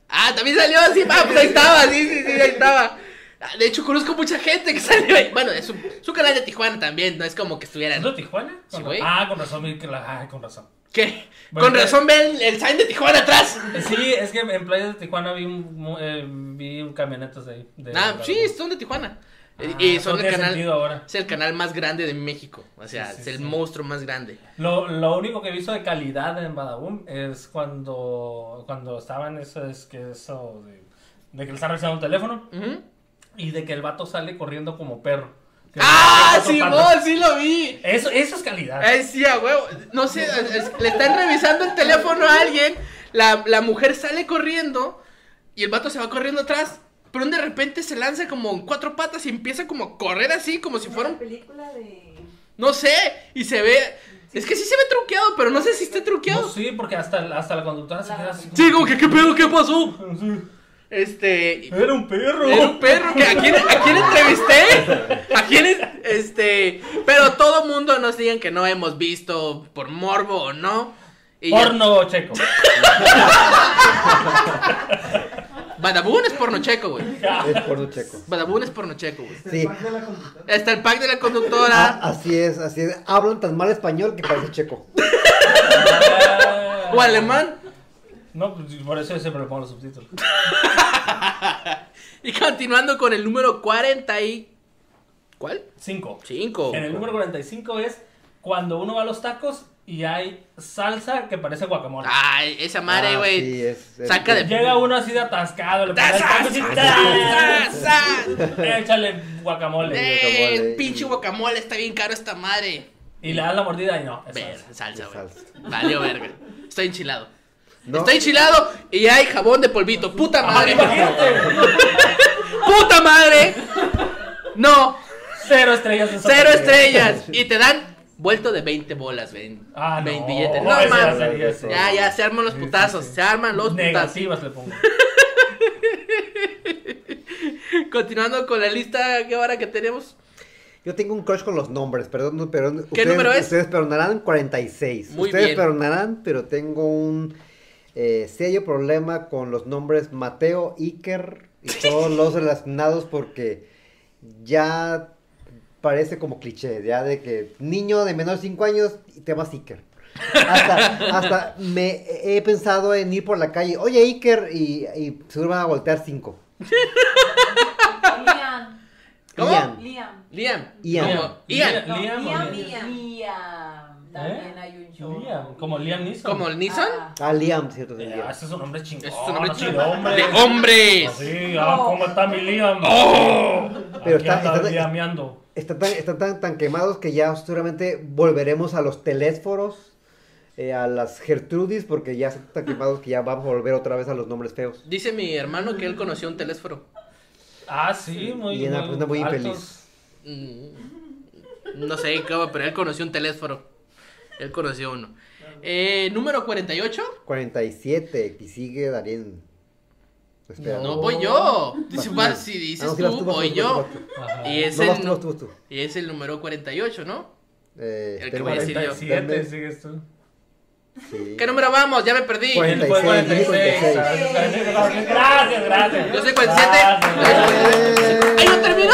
Speaker 4: Ah, también salió así, ah, pues ahí estaba, sí, sí, sí, ahí estaba. Ah, De hecho, conozco mucha gente que (laughs) salió ahí. Bueno, es un, es un canal de Tijuana también, no es como que
Speaker 5: ¿Es
Speaker 4: estuvieran.
Speaker 5: de Tijuana?
Speaker 4: Sí, güey.
Speaker 5: Ah, con razón. vi que la- Ay, con razón.
Speaker 4: ¿Qué?
Speaker 5: Bueno,
Speaker 4: Con
Speaker 5: que-
Speaker 4: razón ven el sign de Tijuana atrás.
Speaker 5: Sí, es que en playas de Tijuana vi, un- mu- eh, vi un camionetas de ahí. de-
Speaker 4: Ah,
Speaker 5: de-
Speaker 4: sí, son de Tijuana. Eh,
Speaker 5: Ah,
Speaker 4: y son
Speaker 5: todo
Speaker 4: el
Speaker 5: tiene
Speaker 4: canal,
Speaker 5: sentido ahora.
Speaker 4: es el canal más grande de México. O sea,
Speaker 5: Sí, sí,
Speaker 4: es el
Speaker 5: sí.
Speaker 4: monstruo más grande.
Speaker 5: Lo, lo único que he visto de calidad en Badaboom es cuando, cuando estaban eso es que eso de, de que le están revisando un teléfono
Speaker 4: Ujú.
Speaker 5: y de que el vato sale corriendo como perro. Que-
Speaker 4: ¡Ah,
Speaker 5: que está
Speaker 4: Simón! Eh,
Speaker 5: topando.
Speaker 4: ¡Sí lo vi!
Speaker 5: Eso, eso es calidad.
Speaker 4: Ay, sí, a huevo. No sé, es- es- le están revisando el teléfono a alguien. La, la mujer sale corriendo y el vato se va corriendo atrás. Pero de repente se lanza como en cuatro patas y empieza como a correr así, como (laughs) si fuera un.
Speaker 8: Una película de.
Speaker 4: No sé, y se ve. Es que sí se ve truqueado, pero no sé si esté truqueado.
Speaker 5: No, sí, porque hasta, hasta la conductora se queda así.
Speaker 4: Sí, como que, ¿qué pedo? ¿Qué pasó? Este.
Speaker 5: Era un perro.
Speaker 4: Era un perro que a quién, a quién entrevisté. A quién en- este, pero todo mundo nos digan que no hemos visto por morbo o no. Y ya-
Speaker 5: Porno
Speaker 4: (laughs)
Speaker 5: checo.
Speaker 4: Badabun es porno checo, güey.
Speaker 6: Es
Speaker 4: (laughs)
Speaker 6: porno checo.
Speaker 4: Badabun es porno checo, güey.
Speaker 6: Sí.
Speaker 4: Está el pack de la
Speaker 6: Ah,
Speaker 4: conductora.
Speaker 6: así es, así es. Hablan tan mal español que parece checo.
Speaker 5: Ah.
Speaker 4: O alemán.
Speaker 5: No, pues, por eso yo siempre le pongo los subtítulos.
Speaker 4: Y continuando con el número 40 y. ¿Cuál?
Speaker 5: Cinco.
Speaker 4: 5.
Speaker 5: En el número 45 es cuando uno va a los tacos y hay salsa que parece guacamole.
Speaker 4: Ay, esa madre,
Speaker 6: Ah,
Speaker 4: güey.
Speaker 6: sí, es- es-
Speaker 4: Saca de.
Speaker 5: Llega uno así de atascado, le pone el taco
Speaker 4: ¡Tazas!
Speaker 5: y
Speaker 4: ¡Tazas!
Speaker 5: ¡tas!
Speaker 4: ¡Tazas!
Speaker 5: Échale guacamole.
Speaker 4: ¡Eh!
Speaker 6: guacamole.
Speaker 4: ¡Pinche guacamole! Está bien caro esta madre.
Speaker 5: Y le das la mordida y no. es
Speaker 4: Ver,
Speaker 5: salsa.
Speaker 4: salsa,
Speaker 6: Es
Speaker 4: güey.
Speaker 6: salsa.
Speaker 4: Valió verga. Estoy enchilado.
Speaker 6: No,
Speaker 4: Estoy enchilado y hay jabón de polvito. ¡Puta
Speaker 5: Ah,
Speaker 4: madre!
Speaker 5: imagínate.
Speaker 4: ¡Puta madre! No,
Speaker 5: Cero estrellas en
Speaker 4: cero
Speaker 5: Zapoteca.
Speaker 4: estrellas. Y te dan vuelto de 20 bolas, ven.
Speaker 5: Ah, no.
Speaker 4: 20 billetes.
Speaker 5: Ese
Speaker 4: No,
Speaker 5: era
Speaker 4: mames.
Speaker 5: serio, ese.
Speaker 4: Ya, ya, se arman los
Speaker 5: Sí, sí,
Speaker 4: putazos.
Speaker 5: sí.
Speaker 4: Se arman los putazos.
Speaker 5: Negativas le pongo.
Speaker 4: Continuando con la lista que ahora que tenemos.
Speaker 6: yo tengo un crush con los nombres, perdón, pero ¿Qué
Speaker 4: número es?
Speaker 6: Ustedes perdonarán 46.
Speaker 4: Muy
Speaker 6: ustedes
Speaker 4: bien.
Speaker 6: perdonarán, pero tengo un eh, serio problema con los nombres Mateo, Iker
Speaker 4: (laughs)
Speaker 6: y todos los relacionados porque ya parece como cliché, ya de que niño de menor de 5 años y te llamas Iker.
Speaker 4: (laughs)
Speaker 6: Hasta, hasta me he pensado en ir por la calle, oye Iker, y, y seguro van a voltear 5.
Speaker 8: Liam.
Speaker 4: ¿Cómo?
Speaker 6: Ian.
Speaker 8: Liam.
Speaker 4: Liam.
Speaker 6: Ian.
Speaker 4: Como Ian.
Speaker 5: No, Liam,
Speaker 8: Liam.
Speaker 5: Liam.
Speaker 8: Liam. También hay un show.
Speaker 5: ¿Eh? Liam, como Liam Neeson.
Speaker 4: Como el Nissan.
Speaker 8: Ah.
Speaker 6: Ah, Liam, cierto. de
Speaker 5: Eh,
Speaker 6: Liam.
Speaker 5: ese es un hombre chingón.
Speaker 4: Es un hombre
Speaker 5: así
Speaker 4: chingón.
Speaker 5: Oh, hombre.
Speaker 4: De hombres.
Speaker 5: Así, ah, ¿cómo está mi Liam?
Speaker 4: Oh.
Speaker 6: Pero
Speaker 5: Aquí
Speaker 6: está-
Speaker 5: anda
Speaker 6: está-
Speaker 5: Liameando.
Speaker 6: Están tan, están tan, tan quemados que ya seguramente volveremos a los telésforos, eh, a las Gertrudis, porque ya están tan quemados que ya vamos a volver otra vez a los nombres feos.
Speaker 4: Dice mi hermano que él conoció un teléfono.
Speaker 5: Ah, sí, muy
Speaker 6: Y una persona muy
Speaker 5: altos.
Speaker 6: infeliz.
Speaker 4: Mm, No sé, cómo, pero él conoció un teléfono. Él conoció uno. Eh, número 48.
Speaker 6: 47, y sigue Darien. Espera.
Speaker 4: No
Speaker 5: Oh.
Speaker 4: voy yo. Dice,
Speaker 6: Vas
Speaker 4: va,
Speaker 6: tú.
Speaker 4: si dices
Speaker 6: Ah, no, sí, vas
Speaker 4: tú,
Speaker 6: tú, vas
Speaker 4: voy
Speaker 6: tú,
Speaker 4: yo.
Speaker 6: vas tú, vas tú.
Speaker 5: Ajá.
Speaker 4: Y es,
Speaker 6: No,
Speaker 4: el,
Speaker 6: vas tú,
Speaker 4: nu-
Speaker 6: vas tú, vas tú.
Speaker 4: y es el número 48, ¿no?
Speaker 6: Eh,
Speaker 4: El que
Speaker 6: espérame,
Speaker 4: voy a decir yo.
Speaker 6: dame-
Speaker 5: 47, sigues tú.
Speaker 6: sí.
Speaker 4: ¿Qué número vamos? Ya me perdí.
Speaker 6: Cuarenta.
Speaker 5: Él fue
Speaker 6: 46,
Speaker 5: 46.
Speaker 6: 46.
Speaker 5: Gracias, gracias.
Speaker 4: Yo soy 47.
Speaker 5: Gracias.
Speaker 4: ¡Ahí no terminó!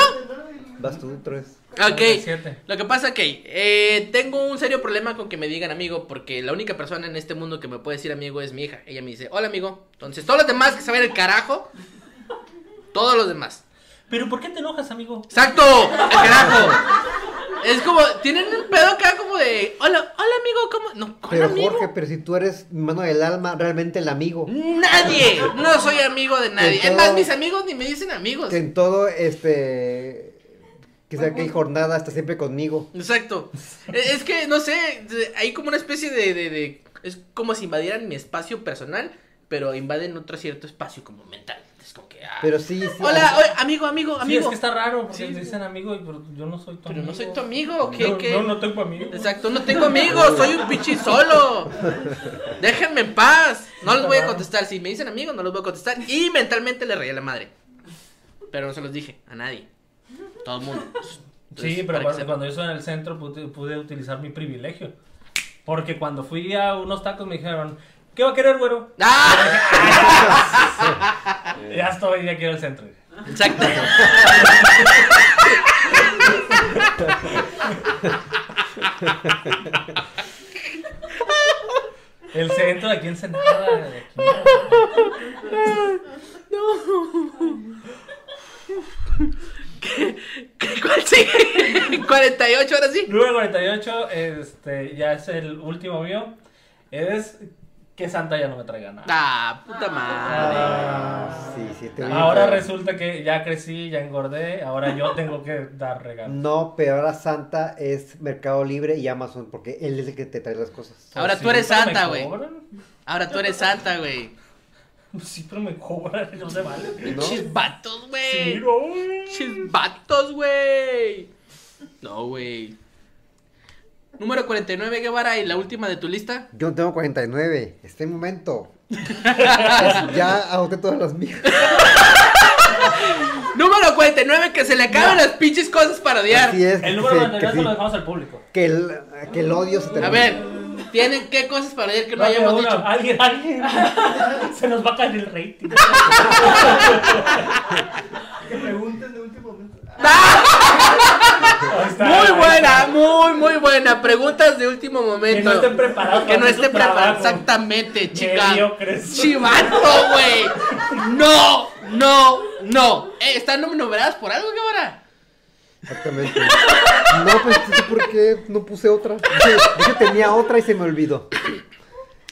Speaker 6: Vas tú, tres.
Speaker 4: Ok.
Speaker 5: 47.
Speaker 4: Lo que pasa que eh, tengo un serio problema con que me digan amigo, porque la única persona en este mundo que me puede decir amigo es mi hija. Ella me dice, hola amigo. Entonces, todos los demás que se vayan el carajo, todos los demás.
Speaker 5: Pero ¿por qué te enojas, amigo?
Speaker 4: Exacto, al carajo. Es como, tienen un pedo acá como de, hola, hola amigo, ¿cómo? No, ¿cuál
Speaker 6: Pero
Speaker 4: amigo?
Speaker 6: Jorge, pero si tú eres mi mano del alma, realmente el amigo.
Speaker 4: Nadie, no soy amigo de nadie.
Speaker 6: Que
Speaker 4: Es más,
Speaker 6: todo-
Speaker 4: mis amigos ni me dicen amigos.
Speaker 6: Que en todo este. Quizá que hay jornada, está siempre conmigo.
Speaker 4: Exacto. Es es que, no sé, hay como una especie de, de- de- es como si invadieran mi espacio personal, pero invaden otro cierto espacio como mental. Es como que, ah,
Speaker 6: Pero sí, sí.
Speaker 4: hola, oye, amigo, amigo,
Speaker 5: Sí, es
Speaker 4: amigo.
Speaker 5: que está raro porque
Speaker 4: Sí.
Speaker 5: dicen amigo, y pero yo no soy tu
Speaker 4: Pero
Speaker 5: amigo.
Speaker 4: no soy tu amigo, ¿qué?
Speaker 5: No,
Speaker 4: qué?
Speaker 5: No, no tengo amigos.
Speaker 4: Exacto, no tengo amigos, soy un pinche solo. Déjenme en paz. No les voy a contestar. Si me dicen amigos, no les voy a contestar. Y mentalmente le reí a la madre. Pero no se los dije a nadie. Todo el mundo. Entonces,
Speaker 5: Sí, pero
Speaker 4: para que
Speaker 5: aparte,
Speaker 4: sepan.
Speaker 5: cuando yo estaba en el centro pude, pude utilizar mi privilegio. Porque cuando fui a unos tacos me dijeron, ¿qué va a querer, güero?
Speaker 4: ¡Ah!
Speaker 5: Ya estoy, ya quiero el centro.
Speaker 4: Exacto.
Speaker 5: El centro de aquí en Senada. de aquí.
Speaker 4: (laughs) 48 horas sí.
Speaker 5: Número 48, este, ya es el último mío. Es que Santa ya no me traiga nada.
Speaker 4: Ah, puta madre.
Speaker 6: Ah, sí, sí, te oye
Speaker 5: Ahora
Speaker 6: feo.
Speaker 5: resulta que ya crecí, ya engordé, ahora yo tengo que dar
Speaker 4: (laughs)
Speaker 5: regalos.
Speaker 6: No, pero ahora Santa es Mercado Libre y Amazon, porque él es el que te trae las cosas.
Speaker 4: Ahora
Speaker 5: Pues
Speaker 4: tú eres
Speaker 5: pero me
Speaker 4: santa, güey.
Speaker 5: cobran. (laughs)
Speaker 4: Ahora tú eres santa, güey.
Speaker 5: Sí, pero me cobran, (laughs) no se vale.
Speaker 4: Pinches vatos,
Speaker 5: Sí,
Speaker 4: güey.
Speaker 5: no, güey.
Speaker 4: Pinches vatos, güey. No, güey. Número 49, Guevara, y la última de tu lista.
Speaker 6: Yo tengo 49,
Speaker 5: (laughs)
Speaker 6: este momento. Pues ya agoté todas las mías.
Speaker 4: Número 49, que se le acaban las pinches cosas para odiar.
Speaker 6: Así es,
Speaker 5: El
Speaker 6: que
Speaker 5: número
Speaker 6: se-
Speaker 5: 49
Speaker 6: que
Speaker 5: se lo
Speaker 6: sí,
Speaker 5: dejamos al público.
Speaker 6: que el, que el odio se termine.
Speaker 4: A ver, ¿tienen qué cosas para odiar que no
Speaker 5: Dame
Speaker 4: hayamos
Speaker 5: una,
Speaker 4: dicho?
Speaker 5: Alguien,
Speaker 4: (laughs)
Speaker 5: alguien. se nos va a caer el rating.
Speaker 9: Que pregunten de último momento.
Speaker 5: Ahí está,
Speaker 4: (laughs) Muy
Speaker 5: ahí
Speaker 4: buena,
Speaker 5: está.
Speaker 4: muy, muy buena. Preguntas de último
Speaker 5: Que
Speaker 4: momento.
Speaker 5: no estén preparados.
Speaker 4: Que no
Speaker 5: para
Speaker 4: esté
Speaker 5: su
Speaker 4: preparado.
Speaker 5: trabajo.
Speaker 4: Exactamente, chica.
Speaker 5: Mediocres.
Speaker 4: Chivato, güey. No, no, no. Eh, ¿Están numeradas por algo, Guevara?
Speaker 6: Exactamente. No, pues no sé por qué no puse otra. Dije, dije tenía otra y se me olvidó.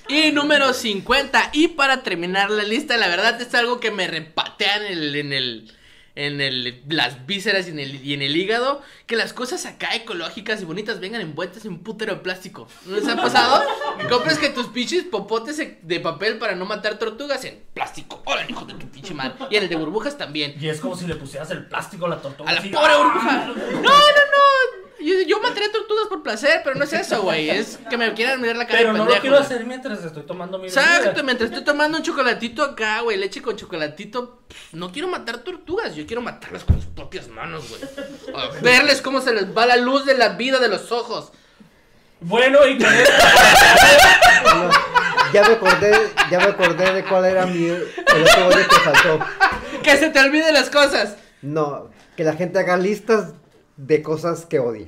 Speaker 4: Y número 50. Y para terminar la lista, la verdad es algo que me repatean en el. En el en el- las vísceras y en, el, y en el hígado, que las cosas acá ecológicas y bonitas vengan envueltas en un putero de plástico. ¿No les ha pasado? Que compres que tus pinches popotes de- de papel para no matar tortugas en plástico. Hola, hijo de tu pinche madre. Y en el de burbujas también.
Speaker 5: Y es como si le pusieras el plástico a la tortuga.
Speaker 4: A la
Speaker 5: así. Ah.
Speaker 4: pobre
Speaker 5: (laughs)
Speaker 4: burbuja. No, no, no. Yo, yo mataré tortugas por placer, pero no es eso, güey. Es que me quieran mirar la cara
Speaker 5: Pero
Speaker 4: de
Speaker 5: no
Speaker 4: pendejo.
Speaker 5: lo quiero
Speaker 4: güey.
Speaker 5: hacer mientras estoy tomando mi
Speaker 4: Exacto,
Speaker 5: bebida.
Speaker 4: mientras estoy tomando un chocolatito acá, güey, leche con chocolatito, pff, no quiero matar tortugas, yo quiero matarlas con mis propias manos, güey. A Verles cómo se les va la luz de la vida de los ojos.
Speaker 5: Bueno, y con esto-
Speaker 6: No, ya me acordé, ya me acordé de cuál era mi el otro odio que faltó.
Speaker 4: Que se te olviden las cosas.
Speaker 6: No, que la gente haga listas de cosas
Speaker 4: (laughs)
Speaker 6: que odia.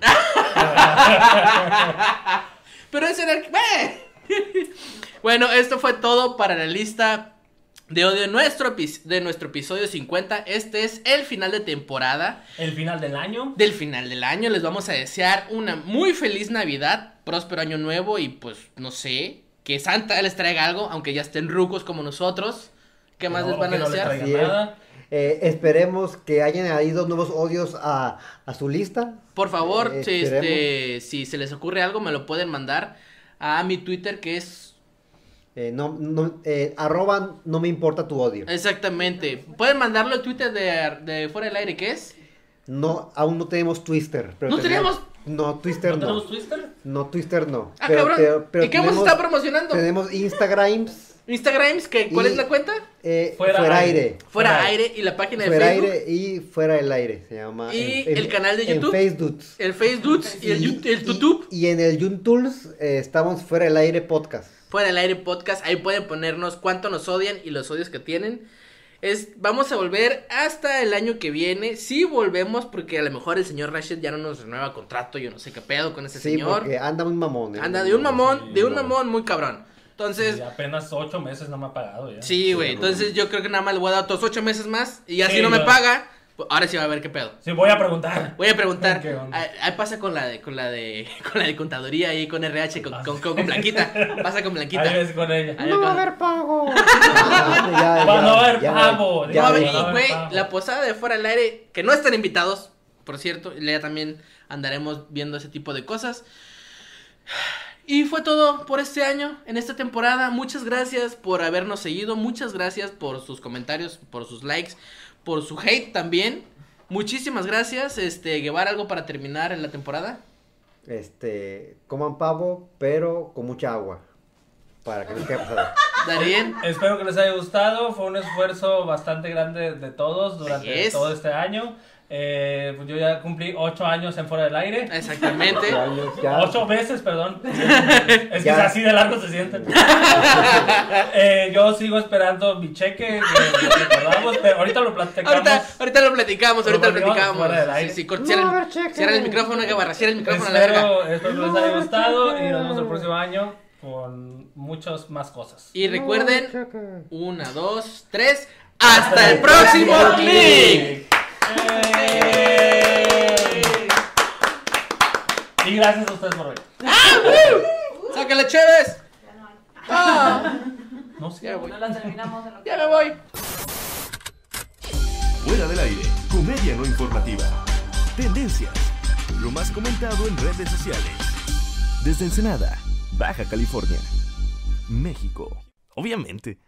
Speaker 4: Pero eso era. ¡Eh! (laughs) bueno, esto fue todo para la lista de odio nuestro, epi- de nuestro episodio 50. Este es el final de temporada,
Speaker 5: (laughs) el final del año.
Speaker 4: del final del año. Les vamos a desear una muy feliz Navidad, próspero año nuevo y pues no sé, que Santa les traiga algo, aunque ya estén rucos como nosotros. ¿Qué más
Speaker 5: No,
Speaker 4: les van
Speaker 5: que
Speaker 4: a
Speaker 5: no le
Speaker 4: desear?
Speaker 5: traigan
Speaker 6: Así es.
Speaker 5: nada.
Speaker 6: Eh, esperemos que hayan añadido nuevos odios a, a su lista.
Speaker 4: Por favor,
Speaker 6: Eh,
Speaker 4: si,
Speaker 6: esperemos.
Speaker 4: este, si se les ocurre algo, me lo pueden mandar a mi Twitter que es
Speaker 6: Eh, no, no, eh, arroba no me importa tu odio.
Speaker 4: Eh. Exactamente. Pueden mandarlo a Twitter de, de fuera del aire, ¿qué es?
Speaker 6: No, aún no tenemos Twister. Pero
Speaker 4: ¿No tenemos?
Speaker 6: No, Twister
Speaker 5: ¿No
Speaker 6: no.
Speaker 5: tenemos Twister?
Speaker 6: No, Twister no.
Speaker 4: Ah,
Speaker 6: Pero-
Speaker 4: cabrón.
Speaker 6: pero- pero
Speaker 4: ¿Y qué hemos
Speaker 6: tenemos-
Speaker 4: estado promocionando?
Speaker 6: Tenemos Instagrams,
Speaker 4: Instagrams, que, ¿cuál
Speaker 6: Y-
Speaker 4: es la cuenta?
Speaker 6: eh,
Speaker 5: Fuera
Speaker 6: fuera,
Speaker 5: aire.
Speaker 6: aire.
Speaker 4: Fuera
Speaker 5: Fuera
Speaker 4: aire y la página de
Speaker 6: Fuera
Speaker 4: Facebook.
Speaker 6: aire y fuera el aire se llama.
Speaker 4: Y el canal de YouTube.
Speaker 6: En Facebook.
Speaker 4: El Facebook y el, Yu- el YouTube.
Speaker 6: Y, y en el YouTube's eh, estamos fuera el aire podcast.
Speaker 4: Fuera del aire podcast. Ahí pueden ponernos cuánto nos odian y los odios que tienen. Es, vamos a volver hasta el año que viene. Si volvemos, porque a lo mejor el señor Rashid ya no nos renueva contrato. Yo no sé qué pedo con ese
Speaker 6: sí,
Speaker 4: señor.
Speaker 6: porque anda muy mamón. eh.
Speaker 4: Anda de un mamón,
Speaker 5: Sí,
Speaker 4: de un
Speaker 5: no.
Speaker 4: mamón muy cabrón. Entonces,
Speaker 5: Y apenas ocho meses no me ha pagado ya.
Speaker 4: Sí, güey. Entonces yo creo que nada más le voy a dar otros ocho meses más. Y ya
Speaker 5: Sí,
Speaker 4: si no me
Speaker 5: ya.
Speaker 4: paga, pues, ahora sí va a ver qué pedo.
Speaker 5: Sí, voy a preguntar.
Speaker 4: Voy a preguntar.
Speaker 5: ¿Qué onda?
Speaker 4: ah, Ahí pasa con la de, con la de, (laughs) con la de contaduría ahí con RH, con, con, con-
Speaker 5: (laughs)
Speaker 4: con Blanquita. Pasa con Blanquita.
Speaker 5: Ahí ves con ella.
Speaker 4: Ahí
Speaker 6: No va a
Speaker 4: acá. (laughs)
Speaker 6: haber pago. Ah, ya,
Speaker 5: Va,
Speaker 6: ya,
Speaker 5: no va a haber
Speaker 6: ya,
Speaker 5: pago.
Speaker 4: No,
Speaker 6: ya,
Speaker 4: a ver,
Speaker 5: ya,
Speaker 4: y,
Speaker 5: ya.
Speaker 4: güey,
Speaker 5: Vamos.
Speaker 4: la posada de fuera del aire, que no están invitados, por cierto, ya también andaremos viendo ese tipo de cosas. Y fue todo por este año, en esta temporada. Muchas gracias por habernos seguido, muchas gracias por sus comentarios, por sus likes, por su hate también. Muchísimas gracias, este, Guevara, algo para terminar en la temporada.
Speaker 6: Este, coman pavo, pero con mucha agua. Para que no quede pasado.
Speaker 4: Darien,
Speaker 5: Espero que les haya gustado. Fue un esfuerzo bastante grande de todos durante
Speaker 4: Así es.
Speaker 5: todo este año. Eh, pues yo ya cumplí ocho años en Fuera del Aire.
Speaker 4: exactamente.
Speaker 6: Ya, ya.
Speaker 5: Ocho veces,
Speaker 4: (laughs)
Speaker 5: perdón. es que
Speaker 6: Ya.
Speaker 5: es así de largo se sienten. Eh, yo sigo esperando mi cheque. que lo recordamos, pero ahorita lo platicamos.
Speaker 4: Ahorita, ahorita lo platicamos,
Speaker 5: Pero
Speaker 4: ahorita lo
Speaker 5: volvimos
Speaker 4: platicamos.
Speaker 5: fuera del
Speaker 4: Sí,
Speaker 5: aire.
Speaker 4: sí, cor- cierra, el- cierra el micrófono, Guevara, cierra el micrófono a la verga.
Speaker 5: espero, espero que les haya gustado y nos vemos el próximo año con muchas más cosas.
Speaker 4: Y recuerden, una, dos, tres, hasta el próximo clic.
Speaker 5: Eh. Y gracias a ustedes por ver.
Speaker 4: ¡Sácale, Chévez!
Speaker 7: Ya no hay.
Speaker 5: No sé,
Speaker 4: Ya
Speaker 5: güey.
Speaker 4: voy.
Speaker 8: No la terminamos en lo que.
Speaker 4: ¡Ya me voy!
Speaker 3: Fuera del aire, comedia no informativa. Tendencias, lo más comentado en redes sociales. Desde Ensenada, Baja California, México. Obviamente.